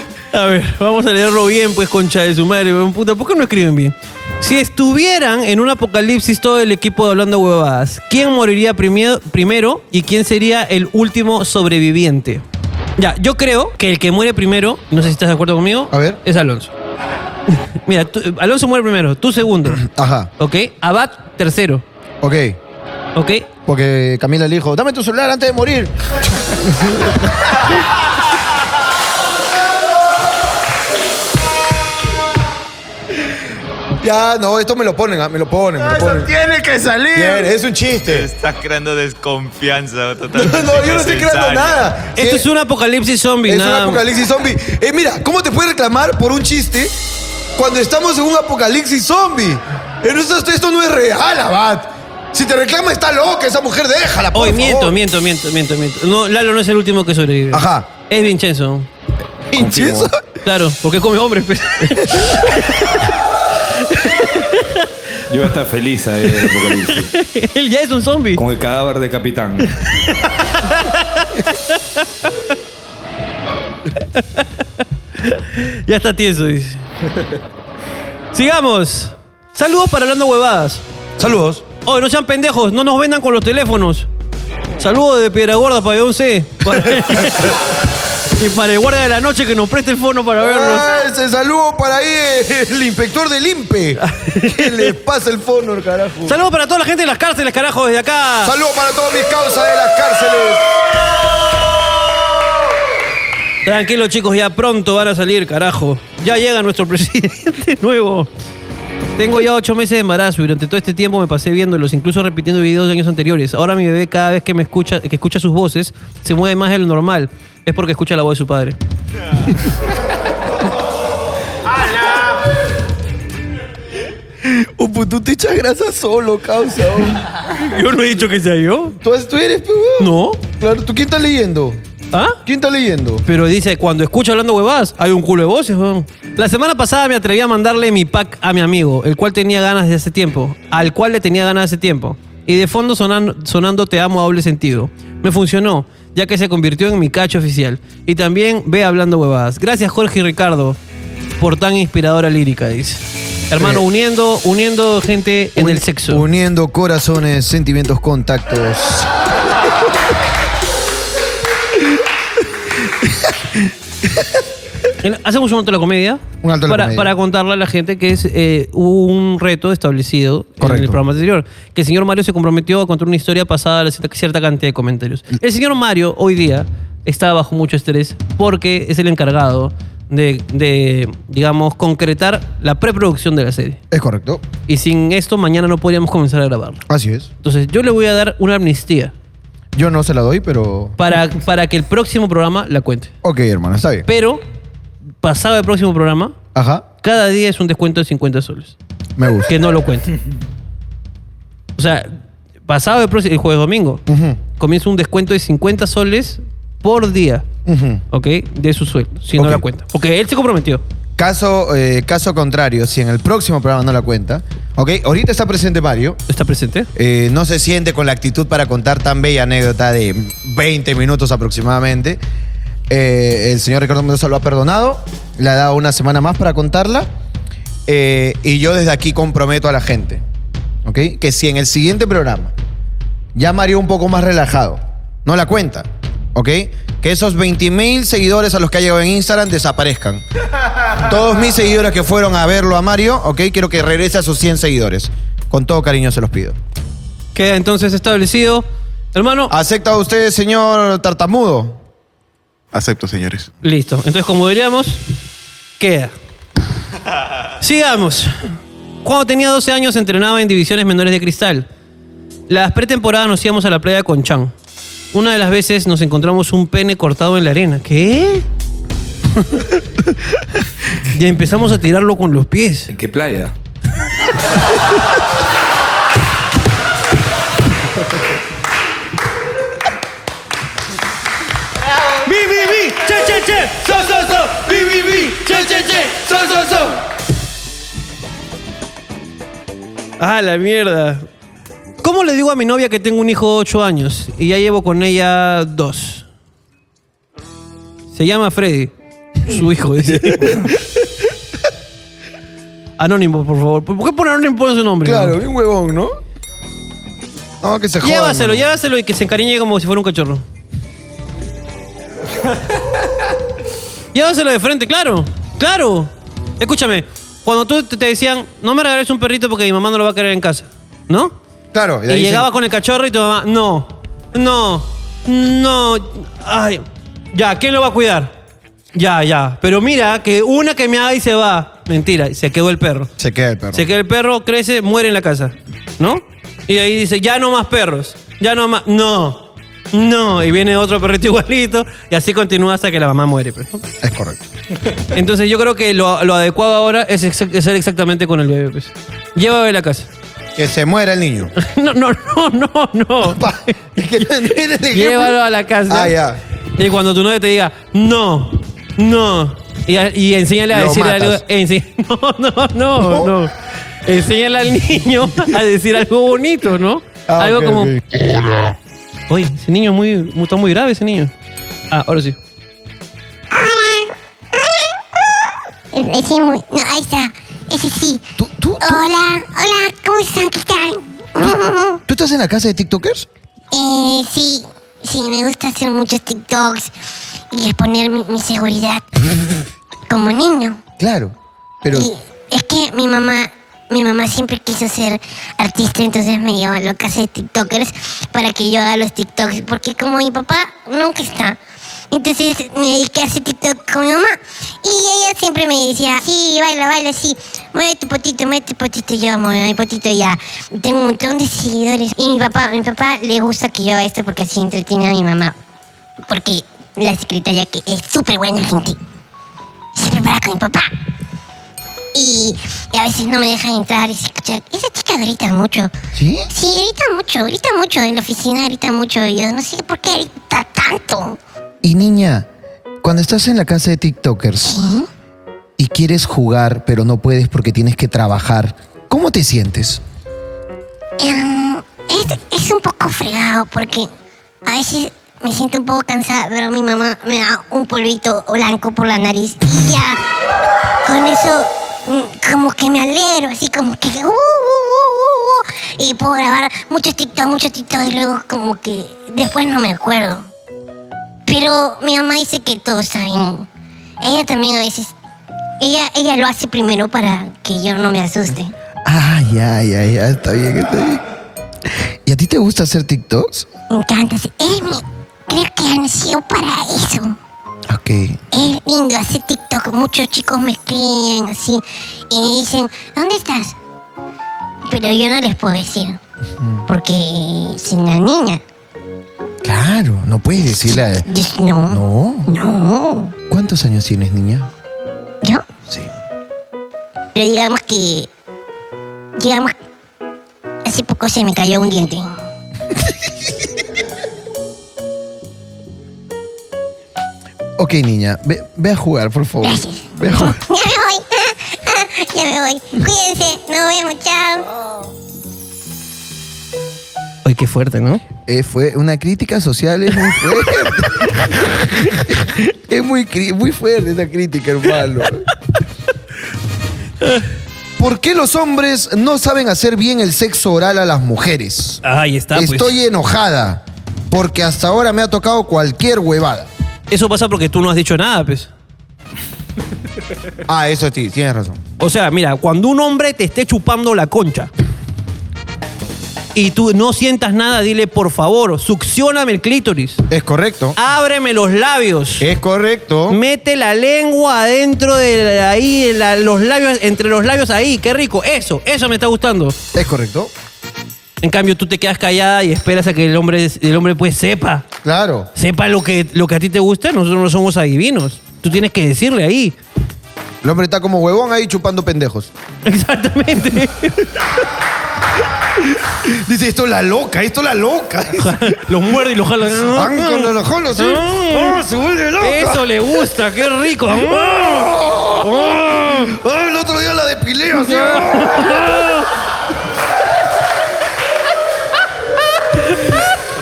Speaker 1: horrible. A ver, vamos a leerlo bien, pues, concha de su madre. weón. Puta, ¿por qué no escriben bien? Si estuvieran en un apocalipsis todo el equipo de Hablando Huevadas, ¿quién moriría primie- primero y quién sería el último sobreviviente? Ya, yo creo que el que muere primero, no sé si estás de acuerdo conmigo,
Speaker 2: A ver.
Speaker 1: es Alonso. Mira, tú- Alonso muere primero, tú segundo,
Speaker 2: Ajá,
Speaker 1: ¿ok? Abad tercero,
Speaker 2: ok.
Speaker 1: ¿ok?
Speaker 2: Porque Camila le dijo, dame tu celular antes de morir. ya, no, esto me lo ponen, ah, me lo ponen, me lo ponen.
Speaker 11: tiene que salir.
Speaker 2: Bien, es un chiste.
Speaker 11: Estás creando desconfianza totalmente.
Speaker 2: No, yo no estoy creando
Speaker 11: innecesaria.
Speaker 2: nada.
Speaker 1: Esto es un apocalipsis zombie,
Speaker 2: Es un
Speaker 1: nada más.
Speaker 2: apocalipsis zombie. Eh, mira, ¿cómo te puedes reclamar por un chiste cuando estamos en un apocalipsis zombie? Pero esto, esto no es real, Abad. Si te reclama, está loca esa mujer, déjala, por
Speaker 1: Hoy miento,
Speaker 2: favor.
Speaker 1: miento, miento, miento, miento. No, Lalo no es el último que sobrevive.
Speaker 2: Ajá.
Speaker 1: Es Vincenzo.
Speaker 2: ¿Vincenzo?
Speaker 1: Claro, porque come hombres. pues.
Speaker 13: Yo voy a estar feliz ahí en el apocalipsis.
Speaker 1: Él ya es un zombie.
Speaker 13: Con el cadáver de capitán.
Speaker 1: Ya está tieso, dice. Sigamos. Saludos para hablando huevadas.
Speaker 2: Saludos.
Speaker 1: Oh, no sean pendejos, no nos vendan con los teléfonos. Saludos de Piedragorda, Pabellón C. Para- y para el guardia de la noche que nos preste el fono para vernos.
Speaker 2: Ah, ese saludo para ahí eh, el inspector del IMPE. ¿Qué les pasa el fono, carajo?
Speaker 1: Saludos para toda la gente de las cárceles, carajo, desde acá.
Speaker 2: Saludos para todos mis causas de las cárceles.
Speaker 1: Tranquilos, chicos, ya pronto van a salir, carajo. Ya llega nuestro presidente nuevo. Tengo ya ocho meses de embarazo y durante todo este tiempo me pasé viéndolos, incluso repitiendo videos de años anteriores. Ahora mi bebé cada vez que me escucha, que escucha sus voces, se mueve más de lo normal. Es porque escucha la voz de su padre.
Speaker 2: Oh, pues tú te echas grasa solo, causa. oh.
Speaker 1: Yo no he dicho que sea yo.
Speaker 2: ¿Tú, tú eres, pe, weón?
Speaker 1: No.
Speaker 2: Claro, ¿tú quién está leyendo?
Speaker 1: ¿Ah?
Speaker 2: ¿Quién está leyendo?
Speaker 1: Pero dice, cuando escucho hablando huevadas, hay un culo de voces, weón. La semana pasada me atreví a mandarle mi pack a mi amigo, el cual tenía ganas de hace tiempo, al cual le tenía ganas de hace tiempo. Y de fondo sonando, sonando Te amo a doble sentido. Me funcionó, ya que se convirtió en mi cacho oficial. Y también ve hablando huevadas. Gracias Jorge y Ricardo por tan inspiradora lírica, dice. Hermano,
Speaker 2: Eh.
Speaker 1: uniendo, uniendo gente en el sexo.
Speaker 2: Uniendo corazones, sentimientos, contactos.
Speaker 1: En- Hacemos un alto a la comedia.
Speaker 2: Un alto a la
Speaker 1: para,
Speaker 2: comedia.
Speaker 1: para contarle a la gente que es eh, hubo un reto establecido en
Speaker 2: Correcto.
Speaker 1: el programa anterior. Que el señor Mario se comprometió a contar una historia pasada a cierta, cierta cantidad de comentarios. El señor Mario hoy día está bajo mucho estrés porque es el encargado de, de, digamos, concretar la preproducción de la serie.
Speaker 2: Es correcto.
Speaker 1: Y sin esto, mañana no podríamos comenzar a grabarla.
Speaker 2: Así es.
Speaker 1: Entonces, yo le voy a dar una amnistía.
Speaker 2: Yo no se la doy, pero.
Speaker 1: Para, para que el próximo programa la cuente.
Speaker 2: Ok, hermano, está bien.
Speaker 1: Pero, pasado el próximo programa,
Speaker 2: Ajá,
Speaker 1: cada día es un descuento de 50 soles.
Speaker 2: me gusta.
Speaker 1: Que no lo cuente. O sea, pasado el, próximo, el jueves domingo,
Speaker 2: Ujú,
Speaker 1: comienza un descuento de 50 soles por día,
Speaker 2: ujú.
Speaker 1: ¿ok? De su sueldo, si no
Speaker 2: Ok.
Speaker 1: la cuenta. Porque él se comprometió.
Speaker 2: Caso, eh, caso contrario, si en el próximo programa no la cuenta. Ok, ahorita está presente Mario.
Speaker 1: ¿Está presente?
Speaker 2: Eh, no se siente con la actitud para contar tan bella anécdota de 20 minutos aproximadamente. Eh, el señor Ricardo Mendoza lo ha perdonado, le ha dado una semana más para contarla. Eh, y yo desde aquí comprometo a la gente, ¿ok? Que si en el siguiente programa ya Mario un poco más relajado, no la cuenta, ¿ok? Que esos 20 mil seguidores a los que ha llegado en Instagram desaparezcan. Todos mis seguidores que fueron a verlo a Mario, ¿ok? Quiero que regrese a sus 100 seguidores. Con todo cariño se los pido.
Speaker 1: Queda entonces establecido. Hermano.
Speaker 2: ¿Acepta usted, señor tartamudo?
Speaker 14: Acepto, señores.
Speaker 1: Listo. Entonces, como diríamos, queda. Sigamos. Cuando tenía 12 años entrenaba en divisiones menores de cristal. Las pretemporadas nos íbamos a la playa con Chan. Una de las veces nos encontramos un pene cortado en la arena. ¿Qué? y empezamos a tirarlo con los pies.
Speaker 15: ¿En qué playa?
Speaker 1: ¡Mi, mi, mi! ¡Che, che, che! ¡So, so, so! ¡Mi, mi, mi! ¡Che, che, che! ¡So, so, so! ¡Ah, la mierda! ¿Cómo le digo a mi novia que tengo un hijo de 8 años y ya llevo con ella dos? Se llama Freddy. Su hijo, dice. Anónimo, por favor. ¿Por qué poner anónimo por su nombre?
Speaker 2: Claro, bien huevón, ¿no? No, que se joda.
Speaker 1: Llévaselo,
Speaker 2: mano.
Speaker 1: llévaselo y que se encariñe como si fuera un cachorro. llévaselo de frente, claro, claro. Escúchame, cuando tú te te decían, no me regales un perrito porque mi mamá no lo va a querer en casa, ¿no?
Speaker 2: Claro.
Speaker 1: Y,
Speaker 2: de ahí
Speaker 1: llegaba con el cachorro y tu mamá, no, no, no, ay, ya, ¿quién lo va a cuidar? Ya, ya, pero mira que una que me haga y se va. Mentira, y se quedó el perro.
Speaker 2: se, se queda el perro.
Speaker 1: Se queda el perro, crece, muere en la casa. ¿No? Y ahí dice, ya no más perros. Ya no más. No. No. Y viene otro perrito igualito. Y así continúa hasta que la mamá muere. pues, ¿no?
Speaker 2: Es correcto.
Speaker 1: Entonces yo creo que lo, lo adecuado ahora es exa- es ser exactamente con el bebé. Pues. Llévalo de la casa.
Speaker 2: Que se muera el niño.
Speaker 1: No, no, no, no, no. Llévalo a la casa.
Speaker 2: Ah, ya.
Speaker 1: Y cuando tu novia te diga, no, no. Y, a- y enséñale a
Speaker 2: Lo
Speaker 1: decir
Speaker 2: matas.
Speaker 1: algo. ense- no, no, no, no, Enséñale al niño a decir algo bonito, ¿no?
Speaker 2: Ah,
Speaker 1: algo
Speaker 2: ok,
Speaker 1: como.
Speaker 2: ok.
Speaker 16: Hola.
Speaker 1: Oye, ese niño es muy, muy- está muy grave, ese niño. Ah, ahora sí.
Speaker 6: Ese muy... No, ahí está. Ese sí. Hola, hola, ¿cómo están? ¿Qué tal?
Speaker 2: ¿Tú estás en la casa de TikTokers?
Speaker 6: Eh, sí, sí, me gusta hacer muchos TikToks y exponer mi, mi seguridad como niño.
Speaker 2: Claro. Pero.
Speaker 1: Uh.
Speaker 6: Y es que mi mamá, mi mamá siempre quiso ser artista, entonces me llevó a la casa de TikTokers para que yo haga los TikToks, porque como mi papá nunca está. Entonces me dediqué a hacer TikTok con mi mamá y ella siempre me decía, sí, baila, baila, sí, mueve tu potito, mueve tu potito, yo mueve mi potito ya. Tengo un montón de seguidores y mi papá, mi papá le gusta que yo haga esto porque así entretiene a mi mamá, porque la secretaria que es súper buena gente, se prepara con mi papá. Y a veces no me dejan entrar y se escucha, esa chica grita mucho.
Speaker 2: ¿Sí?
Speaker 6: Sí, grita mucho, grita mucho en la oficina, grita mucho. Y yo no sé por qué grita tanto.
Speaker 2: Y niña, cuando estás en la casa de TikTokers y quieres jugar, pero no puedes porque tienes que trabajar, ¿cómo te sientes?
Speaker 6: Em, es, es un poco fregado porque a veces me siento un poco cansada, pero mi mamá me da un polvito blanco por la nariz y ya con eso mm, como que me alegro, así como que uh, uh, uh, uh, uh, y puedo grabar muchos TikTok, muchos TikTok y luego como que después no me acuerdo. Pero mi mamá dice que todo está bien. Ella también a veces, ella, ella lo hace primero para que yo no me asuste.
Speaker 2: Ay, ay, ay, ya, está bien, está bien. ¿Y a ti te gusta hacer TikToks?
Speaker 6: Me encanta. sí. Él me, creo que nació para eso.
Speaker 2: Ok.
Speaker 6: Es lindo hacer TikTok. Muchos chicos me escriben así y me dicen, ¿dónde estás? Pero yo no les puedo decir, porque soy una niña.
Speaker 17: Claro, no puedes decirle
Speaker 2: Eh,
Speaker 17: a...
Speaker 18: No.
Speaker 17: No.
Speaker 18: No.
Speaker 17: ¿Cuántos años tienes, niña?
Speaker 18: ¿Yo?
Speaker 17: Sí.
Speaker 18: Pero digamos que. Digamos. Hace poco se me cayó un diente.
Speaker 17: Ok, niña, ve, ve a jugar, por favor. Ve a jugar.
Speaker 18: Ya me voy. ya me voy. Cuídense. Nos vemos. Chao.
Speaker 1: Ay, qué fuerte, ¿no?
Speaker 17: Eh, fue una crítica social, es muy fuerte. es muy, cri- muy fuerte esa crítica, hermano.
Speaker 2: ¿Por qué los hombres no saben hacer bien el sexo oral a las mujeres?
Speaker 1: Ahí está. pues.
Speaker 2: Estoy enojada porque hasta ahora me ha tocado cualquier huevada.
Speaker 1: Eso pasa porque tú no has dicho nada, pues.
Speaker 2: Ah, eso sí, tienes razón.
Speaker 1: O sea, mira, cuando un hombre te esté chupando la concha y tú no sientas nada, dile, por favor, succioname el clítoris.
Speaker 2: Es correcto.
Speaker 1: Ah. Ábreme los labios.
Speaker 2: Es correcto.
Speaker 1: Mete la lengua adentro de ahí, la- los labios, entre los labios ahí, qué rico. Eso, eso me está gustando.
Speaker 2: Es correcto.
Speaker 1: En cambio, tú te quedas callada y esperas a que el hombre, el hombre pues sepa.
Speaker 2: Claro.
Speaker 1: Sepa lo que, lo que a ti te gusta, nosotros no somos adivinos. Tú tienes que decirle ahí.
Speaker 2: El hombre está como huevón ahí chupando pendejos.
Speaker 1: Exactamente.
Speaker 2: Dice, esto es la loca, esto es la loca.
Speaker 1: los muerde y los jala.
Speaker 2: Ah, cuando los jala, sí. Ah, se vuelve loca.
Speaker 1: Eso le gusta, qué rico. Ah. Ah.
Speaker 2: Ah, el otro día la depilé, o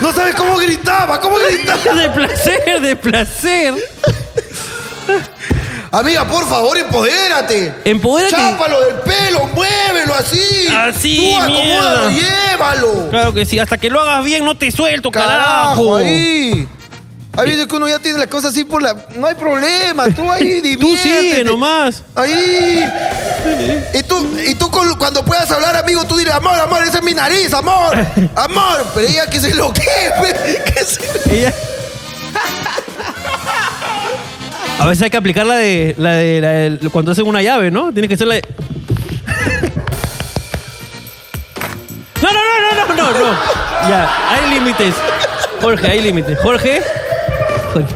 Speaker 2: No sabes cómo gritaba, cómo gritaba.
Speaker 1: De placer, de placer.
Speaker 2: Amiga, por favor, empodérate.
Speaker 1: Empodérate.
Speaker 2: Chápalo del pelo, muévelo así.
Speaker 1: Así,
Speaker 2: Tú
Speaker 1: mierda.
Speaker 2: acomódalo, llévalo.
Speaker 1: Claro que sí, hasta que lo hagas bien no te suelto, carajo.
Speaker 2: Carajo, ahí. Ahí veces que uno ya tiene las cosas así por la. No hay problema, tú ahí
Speaker 1: Tú sigue
Speaker 2: diviértete.
Speaker 1: nomás.
Speaker 2: Ahí. Y tú, y tú con- cuando puedas hablar, amigo, tú dirás, amor, amor, esa es mi nariz, amor, amor. Pero ella que se lo que, que se-
Speaker 1: Ella- A veces hay que aplicar la de, la de, la de- cuando hacen una llave, ¿no? Tiene que ser la de... No, no, no, no, no, no, no. Ya, hay límites. Jorge, hay límites. Jorge. Jorge.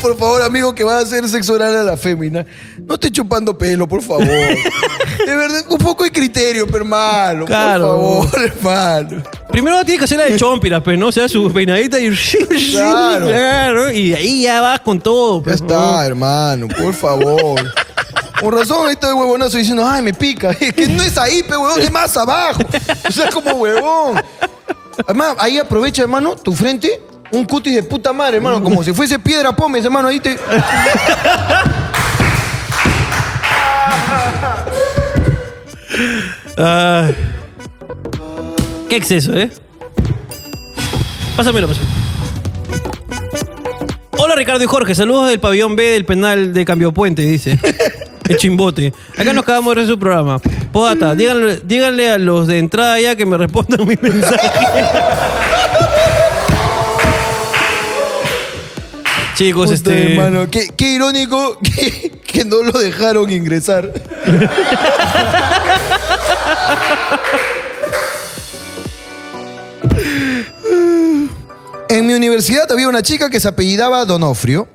Speaker 2: Por favor, amigo, que vas a hacer sexo oral a la fémina. No estés chupando pelo, por favor. De verdad, un poco de criterio, pero hermano.
Speaker 1: Claro.
Speaker 2: Por favor, hermano.
Speaker 1: Primero tiene que hacer la de chompira, pues, ¿no? O sea, su peinadita y...
Speaker 2: Claro.
Speaker 1: Claro, Y ahí ya vas con todo.
Speaker 2: Ya
Speaker 1: pues,
Speaker 2: está, hermano, por favor. Con razón, este huevonazo diciendo, ay, me pica. Es que no es ahí, pe huevón, es más abajo. O sea, como huevón. Además, ahí aprovecha, hermano, tu frente, un cutis de puta madre, hermano, como si fuese piedra pómez, hermano, ahí te.
Speaker 1: Ah. qué exceso, ¿eh? Pásamelo, pásamelo. Hola Ricardo y Jorge, saludos del pabellón B del penal de Cambio Puente, dice. El chimbote. Acá nos acabamos de ver su programa. Podata, díganle, díganle a los de entrada ya que me respondan mi mensaje. Chicos,
Speaker 2: Puta,
Speaker 1: este.
Speaker 2: Hermano, qué, qué irónico que, que no lo dejaron ingresar. En mi universidad había una chica que se apellidaba Donofrio.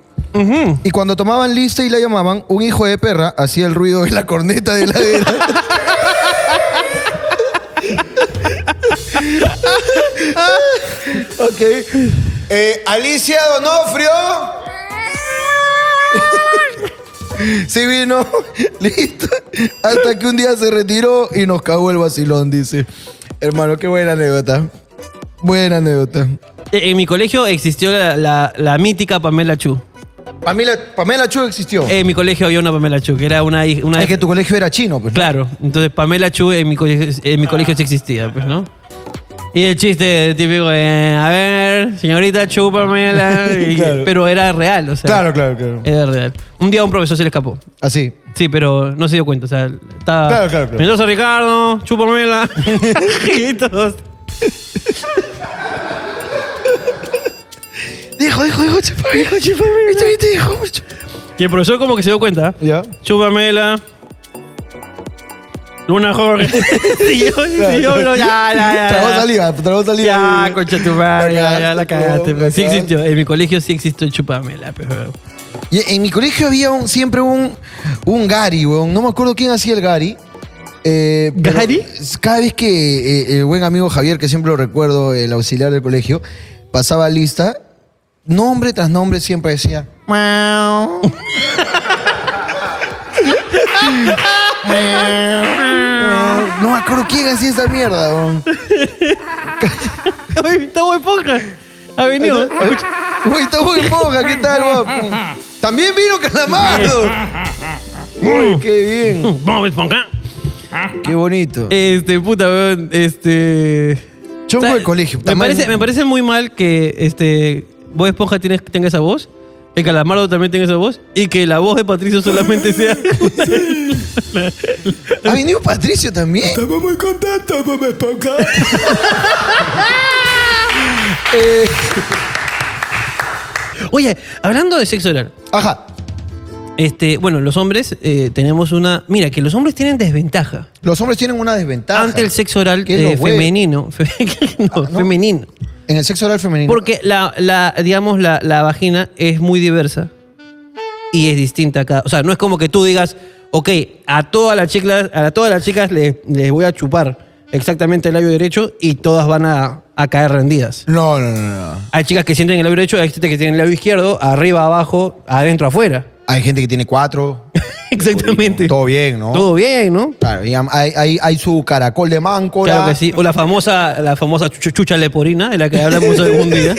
Speaker 2: Y cuando tomaban lista y la llamaban, un hijo de perra hacía el ruido de la corneta de la ok. Eh, Alicia Donofrio. Sí vino, listo. Hasta que un día se retiró y nos cagó el vacilón, dice. Hermano, qué buena anécdota. Buena anécdota.
Speaker 1: eh, En en mi colegio existió la, la- la mítica Pamela Chu.
Speaker 2: Pamela, Pamela Chu existió.
Speaker 1: En mi colegio había una Pamela Chu, que era una... hij- una
Speaker 2: Es que tu colegio era chino, pues.
Speaker 1: Claro, entonces Pamela Chu en mi colegio, en mi colegio sí existía, pues, ¿no? Y el chiste típico de, a ver, señorita Chu, Pamela, y-
Speaker 2: Claro.
Speaker 1: pero era real, o sea.
Speaker 2: Claro, claro, claro.
Speaker 1: Era real. Un día un profesor se le escapó.
Speaker 2: Así.
Speaker 1: Sí, pero no se dio cuenta, o sea, estaba...
Speaker 2: Claro, claro, claro.
Speaker 1: Mendoza Ricardo, Chu, Pamela, y todos,
Speaker 2: Dijo, dijo, dijo, chupame, dijo, chupame. Esto viste, dijo. chup-
Speaker 1: Y el profesor como que se dio cuenta.
Speaker 2: Ya.
Speaker 1: Chúpamela. Luna Jorge. sí, yo, sí, yo, no, ya, ya, ya.
Speaker 2: Tragó saliva, tragó saliva.
Speaker 1: Ya, concha tu madre, ya, ya la cagaste. pero Sí
Speaker 2: cagaste.
Speaker 1: existió, en mi colegio sí existió chupamela, pero...
Speaker 2: Y en mi colegio había un, siempre un, un Gary, weón. No me acuerdo quién hacía el Gary. Eh, pero
Speaker 1: ¿Gary?
Speaker 2: Cada vez que eh, el buen amigo Javier, que siempre lo recuerdo, el auxiliar del colegio, pasaba lista, nombre tras nombre siempre decía. Miau. no me acuerdo quién hacía esa mierda, weón.
Speaker 1: Está muy poca. Ha venido.
Speaker 2: Uy, está muy poca, ¿qué tal, guapo? También vino Calamardo. Uy, qué bien.
Speaker 1: Vamos, Esponja.
Speaker 2: Qué bonito.
Speaker 1: Este, puta, weón, este...
Speaker 2: Chongo
Speaker 1: O sea,
Speaker 2: de colegio.
Speaker 1: Me
Speaker 2: tamaño-
Speaker 1: parece, me parece muy mal que este, Bob Esponja tiene- tenga esa voz, que Calamardo también tenga esa voz, y que la voz de Patricio solamente sea...
Speaker 2: Ha venido Patricio también. Estamos muy contentos, Bob Esponja. Eh,
Speaker 1: Oye, hablando de sexo oral.
Speaker 2: Ajá.
Speaker 1: Este, bueno, los hombres eh, tenemos una... Mira, que los hombres tienen desventaja.
Speaker 2: los hombres tienen una desventaja.
Speaker 1: Ante el sexo oral
Speaker 2: Que Ah, es
Speaker 1: eh,
Speaker 2: los huevos.
Speaker 1: femenino. fe- no, femenino.
Speaker 2: En el sexo oral femenino.
Speaker 1: Porque la, la- digamos, la, la vagina es muy diversa y es distinta a cada. O sea, no es como que tú digas, ok, a todas las chicas, a todas las chicas les, les voy a chupar exactamente el labio derecho y todas van a, a caer rendidas.
Speaker 2: No, no, no, no.
Speaker 1: Hay chicas que sienten el labio derecho, hay chicas que tienen el labio izquierdo, arriba, abajo, adentro, afuera.
Speaker 2: Hay gente que tiene cuatro.
Speaker 1: Exactamente.
Speaker 2: Todo bien, ¿no?
Speaker 1: Todo bien, ¿no?
Speaker 2: Claro, y hay, hay- hay su caracol de máncora.
Speaker 1: Claro que sí. O la famosa, la famosa chuchu- chucha leporina, de la que hablamos algún día.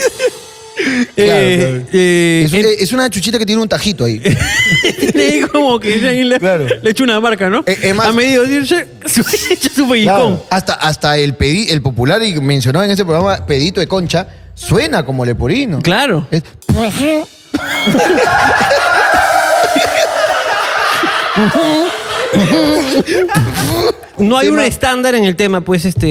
Speaker 1: Eh,
Speaker 2: es, un- es una chuchita que tiene un tajito ahí. eh,
Speaker 1: Le como que ya ahí le, le echo una marca, ¿no? a medio de irse, su su pellicón.
Speaker 2: Claro, hasta, hasta el pedi- el popular y mencionado en ese programa, pedito de concha, suena como leporino.
Speaker 1: Claro.
Speaker 2: Es-
Speaker 1: No hay un estándar en el tema, pues, este,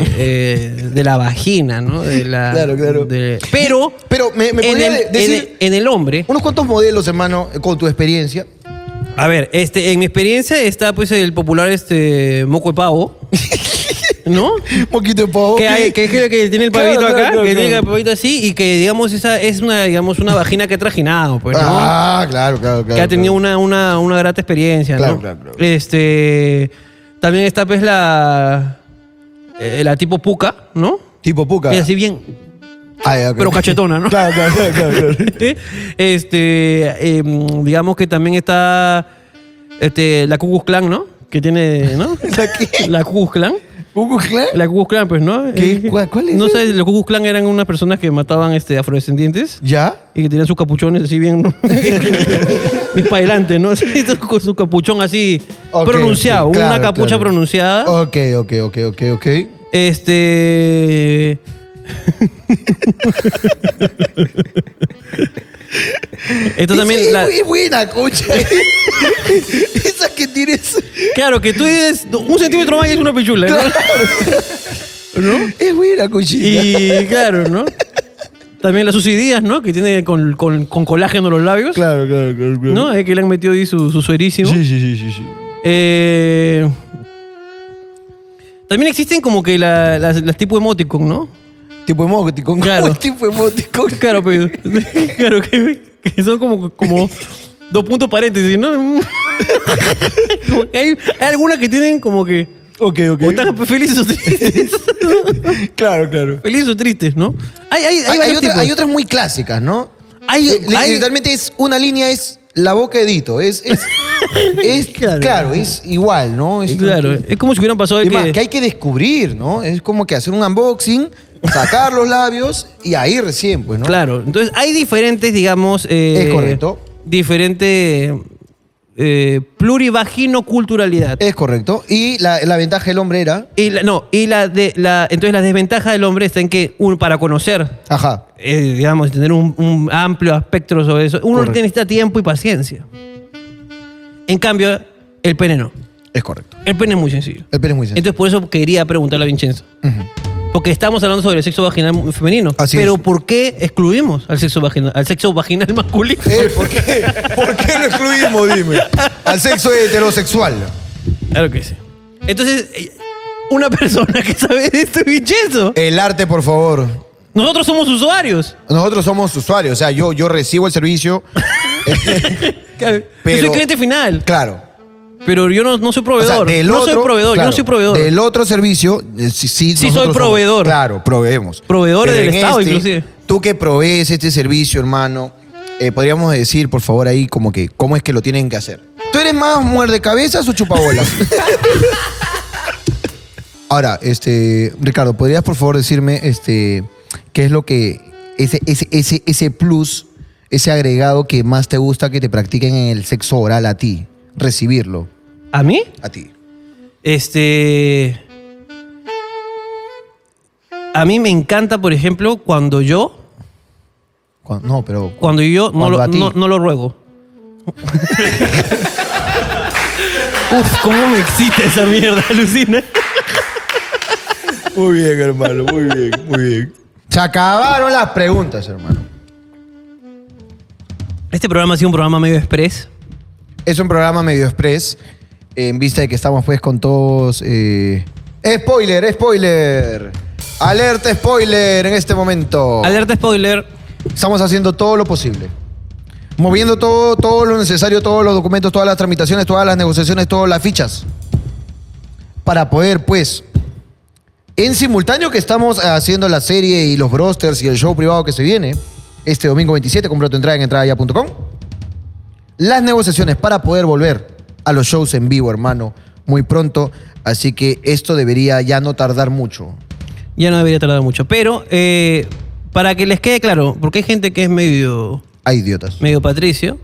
Speaker 1: eh, de la vagina, ¿no? De la,
Speaker 2: Claro, claro.
Speaker 1: de- pero,
Speaker 2: pero me, me
Speaker 1: en,
Speaker 2: podría
Speaker 1: el,
Speaker 2: de-
Speaker 1: en
Speaker 2: decir
Speaker 1: el- en el hombre,
Speaker 2: unos cuantos modelos, hermano, con tu experiencia.
Speaker 1: a ver, este, en mi experiencia está, pues, el popular, este, moco de pavo, ¿no?
Speaker 2: Poquito de pavo.
Speaker 1: Que, hay- que es el que tiene el
Speaker 2: Claro,
Speaker 1: pavito
Speaker 2: claro,
Speaker 1: acá,
Speaker 2: claro,
Speaker 1: que
Speaker 2: claro.
Speaker 1: tiene el pavito así y que, digamos, esa es una, digamos, una vagina que ha trajinado, pues, ¿no?
Speaker 2: Ah, claro, claro, claro.
Speaker 1: que ha tenido una, una, una grata experiencia,
Speaker 2: Claro,
Speaker 1: ¿no?
Speaker 2: claro,
Speaker 1: Este. También está, pues, la. eh, la tipo puca, ¿no?
Speaker 2: Tipo puca.
Speaker 1: Y así bien.
Speaker 2: Ah, ya, ok.
Speaker 1: Pero cachetona, ¿no?
Speaker 2: Claro, claro, claro, claro, claro.
Speaker 1: este. eh, digamos que también está. Este. La Cucus Clan, ¿no? Que tiene, ¿no? ¿La qué? La Cucus Clan.
Speaker 2: ¿Cucus Clan?
Speaker 1: La Cucus Clan, pues, ¿no?
Speaker 2: ¿Qué? ¿Cuál- cuál es
Speaker 1: No
Speaker 2: esa?
Speaker 1: sabes, los Cucus Clan eran unas personas que mataban este, afrodescendientes.
Speaker 2: ¿Ya?
Speaker 1: Y que tenían sus capuchones así bien. bien para adelante, ¿no? Así, con su capuchón así
Speaker 2: Ok,
Speaker 1: pronunciado.
Speaker 2: ok, claro,
Speaker 1: una capucha
Speaker 2: claro.
Speaker 1: pronunciada.
Speaker 2: Ok, ok, ok, ok, ok.
Speaker 1: Este. Esto también.
Speaker 2: Esa
Speaker 1: la-
Speaker 2: Es muy buena, concha. Esa que tienes.
Speaker 1: claro, que tú dices un centímetro más y es una pichula. ¿no?
Speaker 2: Es buena, conchita.
Speaker 1: Y claro, ¿no? También las sucidías, ¿no? Que tiene con, con- con colágeno los labios.
Speaker 2: Claro, claro, claro. claro.
Speaker 1: ¿No? Es que le han metido ahí su, su suerísimo.
Speaker 2: Sí, sí, sí, sí, sí.
Speaker 1: Eh, también existen como que la- las, las tipo emoticon, ¿no?
Speaker 2: Tipo emoticon.
Speaker 1: Claro,
Speaker 2: Tipo emoticon.
Speaker 1: claro, pero, claro que, que son como, como dos puntos paréntesis, ¿no? Como que hay, hay algunas que tienen como que
Speaker 2: Ok, ok.
Speaker 1: o están felices o tristes,
Speaker 2: Claro, claro.
Speaker 1: felices o tristes, ¿no? Hay, hay, hay,
Speaker 2: Hay, hay
Speaker 1: varios
Speaker 2: otra-
Speaker 1: tipos.
Speaker 2: hay otras muy clásicas, ¿no?
Speaker 1: Hay-
Speaker 2: Eh, li-
Speaker 1: hay-
Speaker 2: Literalmente es una línea, es la boca edito. Es, es, es- claro. es igual, ¿no? Es,
Speaker 1: Claro, es como si hubieran pasado de
Speaker 2: Es más,
Speaker 1: que-
Speaker 2: que hay que descubrir, ¿no? Es como que hacer un unboxing, sacar los labios y ahí recién, pues, ¿no?
Speaker 1: Claro, entonces hay diferentes, digamos. eh,
Speaker 2: Es correcto.
Speaker 1: Diferente eh, plurivagino culturalidad.
Speaker 2: Es correcto. Y la, la ventaja del hombre era.
Speaker 1: Y la- no, y la de la entonces la desventaja del hombre está en que uno para conocer,
Speaker 2: Ajá.
Speaker 1: eh, digamos, tener un, un amplio espectro sobre eso, uno
Speaker 2: Correcto.
Speaker 1: necesita tiempo y paciencia. En cambio, el pene no.
Speaker 2: Es correcto.
Speaker 1: El pene es muy sencillo.
Speaker 2: El pene es muy sencillo.
Speaker 1: Entonces por eso quería preguntarle a Vincenzo. Porque estamos hablando sobre el sexo vaginal femenino.
Speaker 2: Así
Speaker 1: pero
Speaker 2: es.
Speaker 1: ¿por qué excluimos al sexo vaginal, al sexo vaginal masculino?
Speaker 2: Eh, ¿por, qué? ¿Por qué lo excluimos, dime? Al sexo heterosexual.
Speaker 1: Claro que sí. Entonces, eh, una persona que sabe de esto es Vincenzo.
Speaker 2: El arte, por favor.
Speaker 1: Nosotros somos usuarios.
Speaker 2: Nosotros somos usuarios. O sea, yo, yo recibo el servicio.
Speaker 1: yo soy cliente final.
Speaker 2: Claro.
Speaker 1: Pero yo no, no soy proveedor.
Speaker 2: O sea, del
Speaker 1: no soy
Speaker 2: otro-
Speaker 1: proveedor, yo
Speaker 2: claro,
Speaker 1: no soy proveedor.
Speaker 2: Del otro servicio, eh, sí, sí,
Speaker 1: Sí,
Speaker 2: nosotros
Speaker 1: soy
Speaker 2: somos-
Speaker 1: proveedor.
Speaker 2: claro, proveemos.
Speaker 1: Proveedores
Speaker 2: Pero
Speaker 1: del
Speaker 2: en
Speaker 1: Estado,
Speaker 2: este,
Speaker 1: inclusive.
Speaker 2: Tú que provees este servicio, hermano, eh, podríamos decir, por favor, ahí como que, ¿cómo es que lo tienen que hacer? ¿Tú eres más muerde cabezas o chupabolas? Ahora, este, Ricardo, ¿podrías por favor decirme este, qué es lo que, ese, ese, ese, ese plus, ese agregado que más te gusta que te practiquen en el sexo oral a ti? Recibirlo.
Speaker 1: ¿A mí?
Speaker 2: A ti.
Speaker 1: Este. A mí me encanta, por ejemplo, cuando yo.
Speaker 2: Cu- No, pero.
Speaker 1: Cuando yo no,
Speaker 2: Cuando
Speaker 1: lo,
Speaker 2: a ti.
Speaker 1: no, no lo ruego. Uf, cómo me excita esa mierda, alucina.
Speaker 2: Muy bien, hermano, muy bien, muy bien. Se acabaron las preguntas, hermano.
Speaker 1: Este programa ha sido un programa medio express.
Speaker 2: Es un programa medio express, en vista de que estamos pues con todos... eh, Spoiler, spoiler. Alerta spoiler en este momento.
Speaker 1: Alerta spoiler.
Speaker 2: Estamos haciendo todo lo posible. Moviendo todo, todo lo necesario, todos los documentos, todas las tramitaciones, todas las negociaciones, todas las fichas. Para poder, pues, en simultáneo que estamos haciendo la serie y los brosters y el show privado que se viene, este domingo 27, compra tu entrada en entradaya.com. Las negociaciones para poder volver a los shows en vivo, hermano, muy pronto. Así que esto debería ya no tardar mucho.
Speaker 1: Ya no debería tardar mucho. Pero, eh, para que les quede claro, porque hay gente que es medio.
Speaker 2: Hay idiotas.
Speaker 1: Medio Patricio.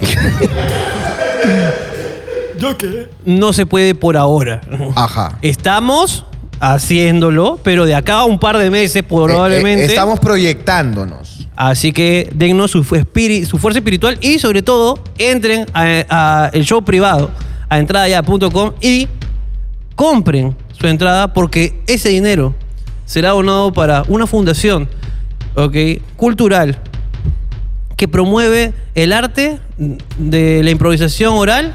Speaker 19: ¿Yo qué?
Speaker 1: No se puede por ahora.
Speaker 2: Ajá.
Speaker 1: Estamos haciéndolo, pero de acá a un par de meses probablemente.
Speaker 2: Eh, eh, estamos proyectándonos.
Speaker 1: Así que dennos su, fu- espiri- su fuerza espiritual y sobre todo entren a, a el show privado a entradaya.com y compren su entrada porque ese dinero será donado para una fundación ¿ok? cultural que promueve el arte de la improvisación oral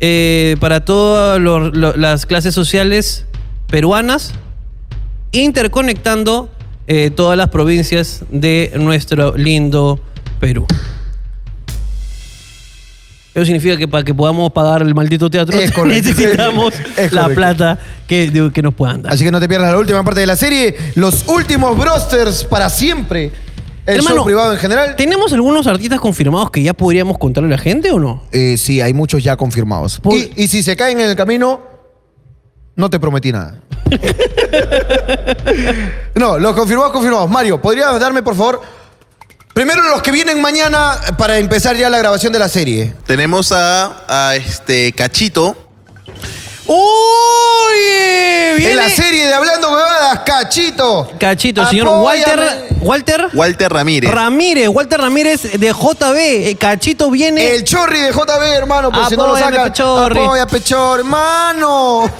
Speaker 1: eh, para todas lo- lo- las clases sociales peruanas, interconectando eh, todas las provincias de nuestro lindo Perú. Eso significa que para que podamos pagar el maldito teatro
Speaker 2: Es correcto.
Speaker 1: necesitamos
Speaker 2: Es
Speaker 1: la
Speaker 2: correcto.
Speaker 1: plata que, de- que nos puedan dar.
Speaker 2: Así que no te pierdas la última parte de la serie, los últimos brosters para siempre. El show privado en general.
Speaker 1: ¿Tenemos algunos artistas confirmados que ya podríamos contarle a la gente o no?
Speaker 2: Eh, sí, hay muchos ya confirmados. Y, y si se caen en el camino, no te prometí nada. no, los confirmados, confirmados. Mario, ¿podrías darme, por favor, primero los que vienen mañana eh, para empezar ya la grabación de la serie?
Speaker 20: Tenemos a, a este Cachito.
Speaker 2: ¡Oye! En la serie de Hablando Huevadas, Cachito.
Speaker 1: Cachito, el señor Walter.
Speaker 2: Apóyame.
Speaker 1: Walter.
Speaker 20: Walter Ramírez.
Speaker 1: Ramírez, Walter Ramírez de JB. Eh, Cachito viene.
Speaker 2: El chorri de JB, hermano, por si no lo
Speaker 1: Apóyame,
Speaker 2: sacan.
Speaker 1: Ah, Pechorri.
Speaker 2: Apoya, Pechor, hermano.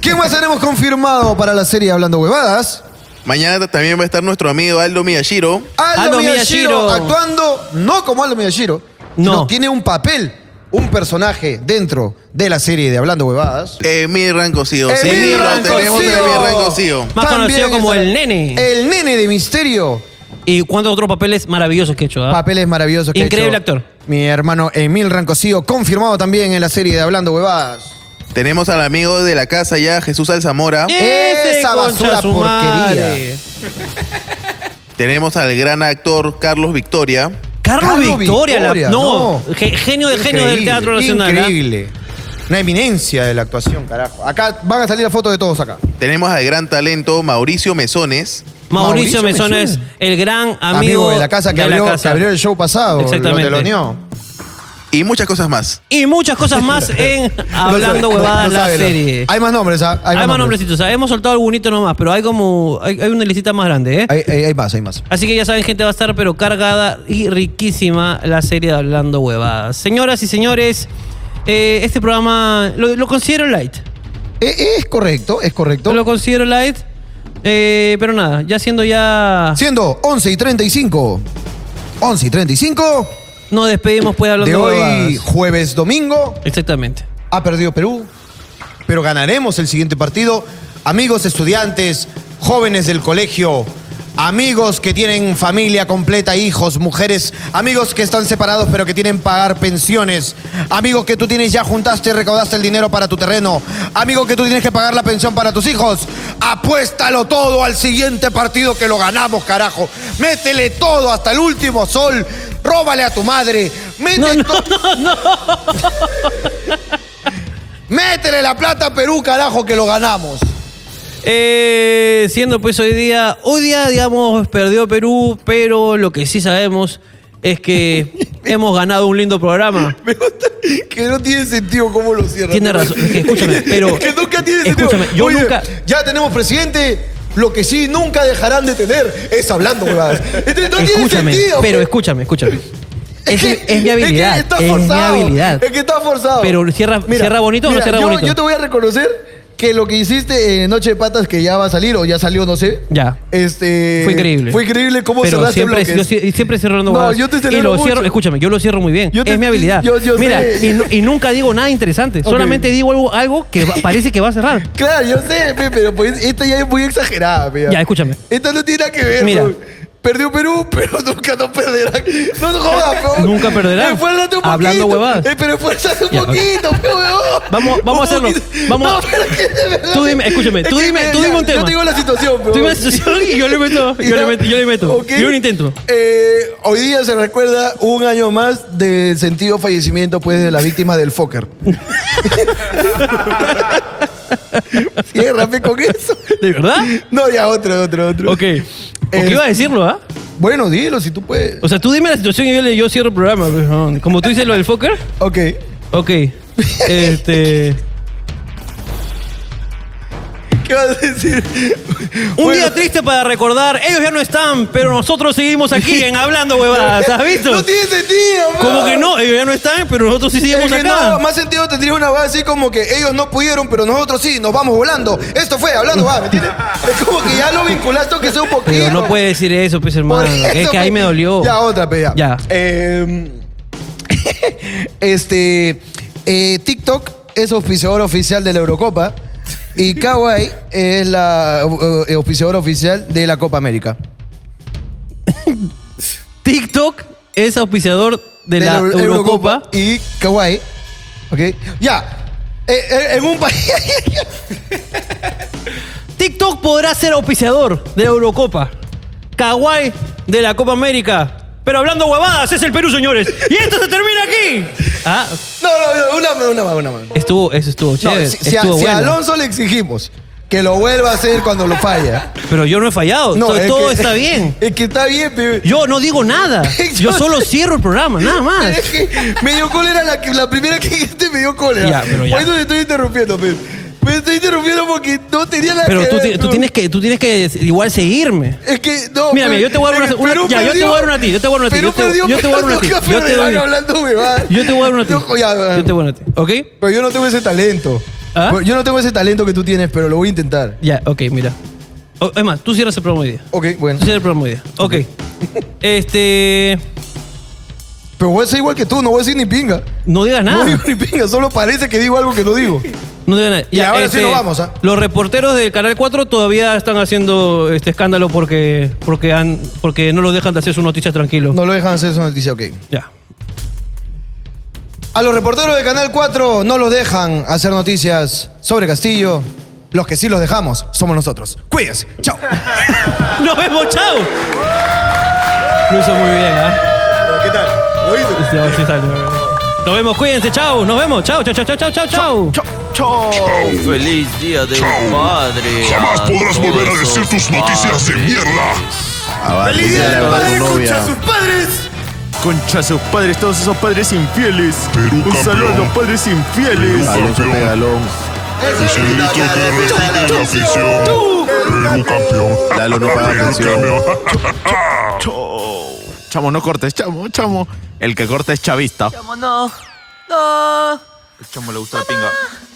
Speaker 2: ¿Qué más tenemos confirmado para la serie Hablando Huevadas?
Speaker 20: Mañana también va a estar nuestro amigo Aldo Miyashiro.
Speaker 2: Aldo, Miyashiro, actuando no como Aldo Miyashiro, no. tiene un papel, un personaje dentro de la serie de Hablando Huevadas.
Speaker 20: Emir
Speaker 2: Eh,
Speaker 20: Rancosío. Eh, Sí,
Speaker 2: Emir
Speaker 20: lo tenemos
Speaker 2: Rancosío.
Speaker 20: a Emir Rancosío.
Speaker 1: Más conocido como el nene.
Speaker 2: El nene de misterio.
Speaker 1: ¿Y cuántos otros papeles maravillosos que he hecho? ah?
Speaker 2: Papeles maravillosos que ha
Speaker 1: Increíble
Speaker 2: hecho
Speaker 1: actor.
Speaker 2: Mi hermano Emil Rancosío, confirmado también en la serie de Hablando Huevadas.
Speaker 20: Tenemos al amigo de la casa ya, Jesús Alzamora.
Speaker 1: Ese
Speaker 2: Esa
Speaker 1: concha
Speaker 2: basura
Speaker 1: su madre.
Speaker 2: porquería.
Speaker 20: Tenemos al gran actor Carlos Victoria.
Speaker 1: Carlos,
Speaker 2: Carlos
Speaker 1: Victoria, la-
Speaker 2: Victoria,
Speaker 1: no,
Speaker 2: no.
Speaker 1: ge- genio de genio del
Speaker 2: Increíble,
Speaker 1: Teatro Nacional. ¿ah?
Speaker 2: Increíble. Una eminencia de la actuación, carajo. Acá van a salir las fotos de todos acá.
Speaker 20: Tenemos al gran talento Mauricio Mesones.
Speaker 1: Mauricio, Mesones, el gran amigo,
Speaker 2: Amigo de la casa que,
Speaker 1: de la
Speaker 2: abrió,
Speaker 1: casa.
Speaker 2: que abrió el show pasado.
Speaker 1: Exactamente.
Speaker 2: Lo teloneó.
Speaker 20: Y muchas cosas más.
Speaker 1: Y muchas cosas más en Hablando
Speaker 2: No sabe,
Speaker 1: Huevadas
Speaker 2: no
Speaker 1: la
Speaker 2: sabe, no.
Speaker 1: serie.
Speaker 2: Hay más nombres, ¿ah?
Speaker 1: Hay, más nombrecitos. o sea, hemos soltado algunito nomás, pero hay como. Hay, hay una listita más grande, ¿eh?
Speaker 2: Hay, hay- hay más, hay más.
Speaker 1: Así que ya saben, gente, va a estar pero cargada y riquísima la serie de Hablando Huevadas. Señoras y señores, eh, este programa lo, lo considero light.
Speaker 2: Eh, es correcto, es correcto.
Speaker 1: Lo considero light, eh, pero nada, ya siendo ya...
Speaker 2: Siendo 11 y 35. 11 y 35.
Speaker 1: Nos despedimos pues Hablando
Speaker 2: de hoy,
Speaker 1: Huevadas.
Speaker 2: jueves, domingo.
Speaker 1: Exactamente.
Speaker 17: Ha perdido Perú, pero ganaremos el siguiente partido. Amigos estudiantes, jóvenes del colegio, amigos que tienen familia completa, hijos, mujeres, amigos que están separados pero que tienen pagar pensiones, amigos que tú tienes ya juntaste y recaudaste el dinero para tu terreno, amigos que tú tienes que pagar la pensión para tus hijos, apuéstalo todo al siguiente partido que lo ganamos, carajo. Métele todo hasta el último sol, róbale a tu madre, métele Métele la plata a Perú, carajo, que lo ganamos.
Speaker 1: Eh, siendo pues hoy día, hoy día digamos perdió Perú, pero lo que sí sabemos es que hemos ganado un lindo programa.
Speaker 2: Que no tiene sentido cómo lo cierran.
Speaker 1: Tiene razón, es que escúchame, pero-
Speaker 2: Es que nunca tiene sentido.
Speaker 1: escúchame, yo nunca-
Speaker 2: Ya tenemos presidente. Lo que sí nunca dejarán de tener es hablando, huevadas. Entonces, no
Speaker 1: escúchame,
Speaker 2: tiene sentido.
Speaker 1: pero
Speaker 2: pe.
Speaker 1: escúchame, escúchame. Es, es mi
Speaker 2: Es
Speaker 1: habilidad,
Speaker 2: que está
Speaker 1: es mi
Speaker 2: forzado.
Speaker 1: habilidad.
Speaker 2: Es que está forzado.
Speaker 1: Pero cierra- cierra bonito o no cierra
Speaker 2: yo,
Speaker 1: bonito.
Speaker 2: Yo te voy a reconocer que lo que hiciste en Noche de Patas, que ya va a salir o ya salió, no sé.
Speaker 1: Ya.
Speaker 2: Este,
Speaker 1: Fue increíble.
Speaker 2: Fue increíble cómo
Speaker 1: Pero
Speaker 2: cerraste
Speaker 1: siempre,
Speaker 2: bloques.
Speaker 1: yo sie- siempre cierro
Speaker 2: No,
Speaker 1: huevadas.
Speaker 2: yo te
Speaker 1: y
Speaker 2: celebro
Speaker 1: lo cierro,
Speaker 2: mucho.
Speaker 1: escúchame, yo lo cierro muy bien.
Speaker 2: Yo te-
Speaker 1: es mi habilidad.
Speaker 2: yo- yo
Speaker 1: Mira,
Speaker 2: sé.
Speaker 1: y, nu- y nunca digo nada interesante.
Speaker 2: Ok.
Speaker 1: Solamente digo algo, algo que va- parece que va a cerrar.
Speaker 2: Claro, yo sé, pe, pero pues esta ya es muy exagerada, pe,
Speaker 1: Ya, escúchame.
Speaker 2: Esta no tiene nada que ver.
Speaker 1: Mira.
Speaker 2: pe. Perdió Perú, pero nunca no perderá. No nos jodas, pe.
Speaker 1: Nunca perderá.
Speaker 2: Esfuérzate un
Speaker 1: Hablando
Speaker 2: poquito.
Speaker 1: huevadas.
Speaker 2: Eh, pero esfuérzate un
Speaker 1: Ya, ok.
Speaker 2: poquito, pe, huevón.
Speaker 1: Vamos, vamos a hacerlo. Vamos.
Speaker 2: No, pero es que de verdad-
Speaker 1: Tú dime, escúchame,
Speaker 2: Es
Speaker 1: tú
Speaker 2: que
Speaker 1: dime,
Speaker 2: me-
Speaker 1: tú dime
Speaker 2: ya,
Speaker 1: un tema.
Speaker 2: Yo te digo la situación, pe,
Speaker 1: Tú dime la
Speaker 2: huevón.
Speaker 1: situación y yo le meto,
Speaker 2: Y
Speaker 1: yo le
Speaker 2: ya.
Speaker 1: meto, yo le meto.
Speaker 2: Ok.
Speaker 1: Yo lo intento.
Speaker 2: Eh, hoy día se recuerda un año más del sentido fallecimiento pues, de la víctima del Fokker. Ciérrame con eso.
Speaker 1: ¿De verdad?
Speaker 2: No, ya otro, otro, otro.
Speaker 1: Ok. Porque iba a decirlo, ¿ah?
Speaker 2: Bueno, dilo si tú puedes.
Speaker 1: O sea, tú dime la situación y yo, le, yo cierro el programa. pues, ¿no? Como tú dices lo del Fokker.
Speaker 2: Ok.
Speaker 1: Ok. Este.
Speaker 2: ¿Qué vas a decir?
Speaker 1: Un día triste para recordar. Ellos ya no están, pero nosotros seguimos aquí en Hablando Huevadas. Ah, ¿Has visto?
Speaker 2: No tiene sentido, man.
Speaker 1: Como que no, ellos ya no están, pero nosotros sí seguimos
Speaker 2: Es que
Speaker 1: acá.
Speaker 2: no, más sentido tendría una base así como que ellos no pudieron, pero nosotros sí, nos vamos volando. Esto fue hablando, va, ¿me entiendes? Es como que ya lo vinculaste aunque sea un poquito.
Speaker 1: Pero no puede decir eso, pues hermano. es
Speaker 2: Eso,
Speaker 1: que ahí
Speaker 2: pe.
Speaker 1: me dolió.
Speaker 2: Ya, oh. otra, pe, ya.
Speaker 1: Ya.
Speaker 2: Eh, este. eh, TikTok es auspiciador oficial de la Eurocopa. Y Kawaii es la eh, auspiciadora oficial de la Copa América.
Speaker 1: TikTok es auspiciador de, la,
Speaker 2: Euro-
Speaker 1: Eurocopa.
Speaker 2: Y Kawaii. Ok. Ya. Eh, eh, en un país.
Speaker 1: TikTok podrá ser auspiciador de la Eurocopa. Kawaii de la Copa América. Pero hablando huevadas, es el Perú, señores. Y esto se termina aquí. Ah,
Speaker 2: No, no, no, una más, una más, una más.
Speaker 1: estuvo, eso estuvo
Speaker 2: No,
Speaker 1: chévere.
Speaker 2: si, si a,
Speaker 1: estuvo
Speaker 2: si a
Speaker 1: bueno.
Speaker 2: Alonso le exigimos que lo vuelva a hacer cuando lo falla.
Speaker 1: Pero yo no he fallado.
Speaker 2: No,
Speaker 1: todo
Speaker 2: es
Speaker 1: todo
Speaker 2: que-
Speaker 1: está bien.
Speaker 2: Es que está bien, pero.
Speaker 1: Yo no digo nada. Yo solo cierro el programa, nada más.
Speaker 2: Es que me dio cólera la, que- la primera que dijiste, me dio cólera.
Speaker 1: Ya, pero ya.
Speaker 2: Por eso te estoy interrumpiendo, pero. Me estoy interrumpiendo porque no tenía la
Speaker 1: Pero tú, ti- tú tienes que, tú tienes que igual seguirme.
Speaker 2: Es que, no.
Speaker 1: Mira, mira,
Speaker 2: pero-
Speaker 1: yo te voy a dar una-
Speaker 2: pero
Speaker 1: una-
Speaker 2: Perú
Speaker 1: ya, yo te
Speaker 2: perdió.
Speaker 1: voy a dar una a ti, yo te voy a dar una a ti,
Speaker 2: Perú
Speaker 1: yo te-
Speaker 2: perdió,
Speaker 1: yo te voy a dar una a ti,
Speaker 2: pero
Speaker 1: yo te
Speaker 2: nunca
Speaker 1: doy.
Speaker 2: me van hablando, huevada.
Speaker 1: Yo te voy a dar una a ti.
Speaker 2: No, ya, ya.
Speaker 1: Yo te voy a dar una a ti. ¿Ok?
Speaker 2: Pero yo no tengo ese talento.
Speaker 1: ¿Ah?
Speaker 2: Pero Yo no tengo ese talento que tú tienes, pero lo voy a intentar.
Speaker 1: Ya, ok, mira. O- es más, tú cierras el programa hoy día.
Speaker 2: Ok, bueno.
Speaker 1: Tú cierras el programa hoy día. Ok. este.
Speaker 2: Pero voy a ser igual que tú, no voy a decir ni pinga.
Speaker 1: No digas nada.
Speaker 2: No digo ni pinga, solo parece que digo algo que no digo.
Speaker 1: No digas nada. este,
Speaker 2: Y ahora sí nos vamos, ¿ah?
Speaker 1: Los reporteros del Canal 4 todavía están haciendo este escándalo porque, porque, han, porque no los dejan de hacer sus noticias tranquilos.
Speaker 2: No lo dejan hacer su noticia, ok.
Speaker 1: Ya.
Speaker 2: A los reporteros de Canal 4 no los dejan hacer noticias sobre Castillo. Los que sí los dejamos somos nosotros. Cuídense. Chao.
Speaker 1: Nos vemos, chao. Lo hizo muy bien, ¿ah?
Speaker 2: ¿Qué tal? ¿Lo hizo?
Speaker 1: Sí, sí, sale. Nos vemos, cuídense, chao. Nos vemos, chao, chao, chao, chao, chao, chao. Chao.
Speaker 11: Feliz día de un padre.
Speaker 10: Jamás
Speaker 11: a
Speaker 10: podrás volver a
Speaker 11: todos
Speaker 10: decir
Speaker 11: esos
Speaker 10: tus noticias de
Speaker 11: padres.
Speaker 10: mierda.
Speaker 11: ¡Feliz día del padre, concha
Speaker 2: sus padres!
Speaker 11: Concha sus padres, todos esos padres infieles.
Speaker 10: Un saludo a los
Speaker 11: padres infieles.
Speaker 10: Alonso Pegalón. Es el grito que repite la afición. Perú campeón.
Speaker 20: Lalo no paga
Speaker 10: Perú
Speaker 20: atención.
Speaker 10: campeón.
Speaker 20: Chamo, no cortes, chamo, chamo. El que corta es chavista.
Speaker 3: Chamo, no. No.
Speaker 20: Chamo le gusta la pinga.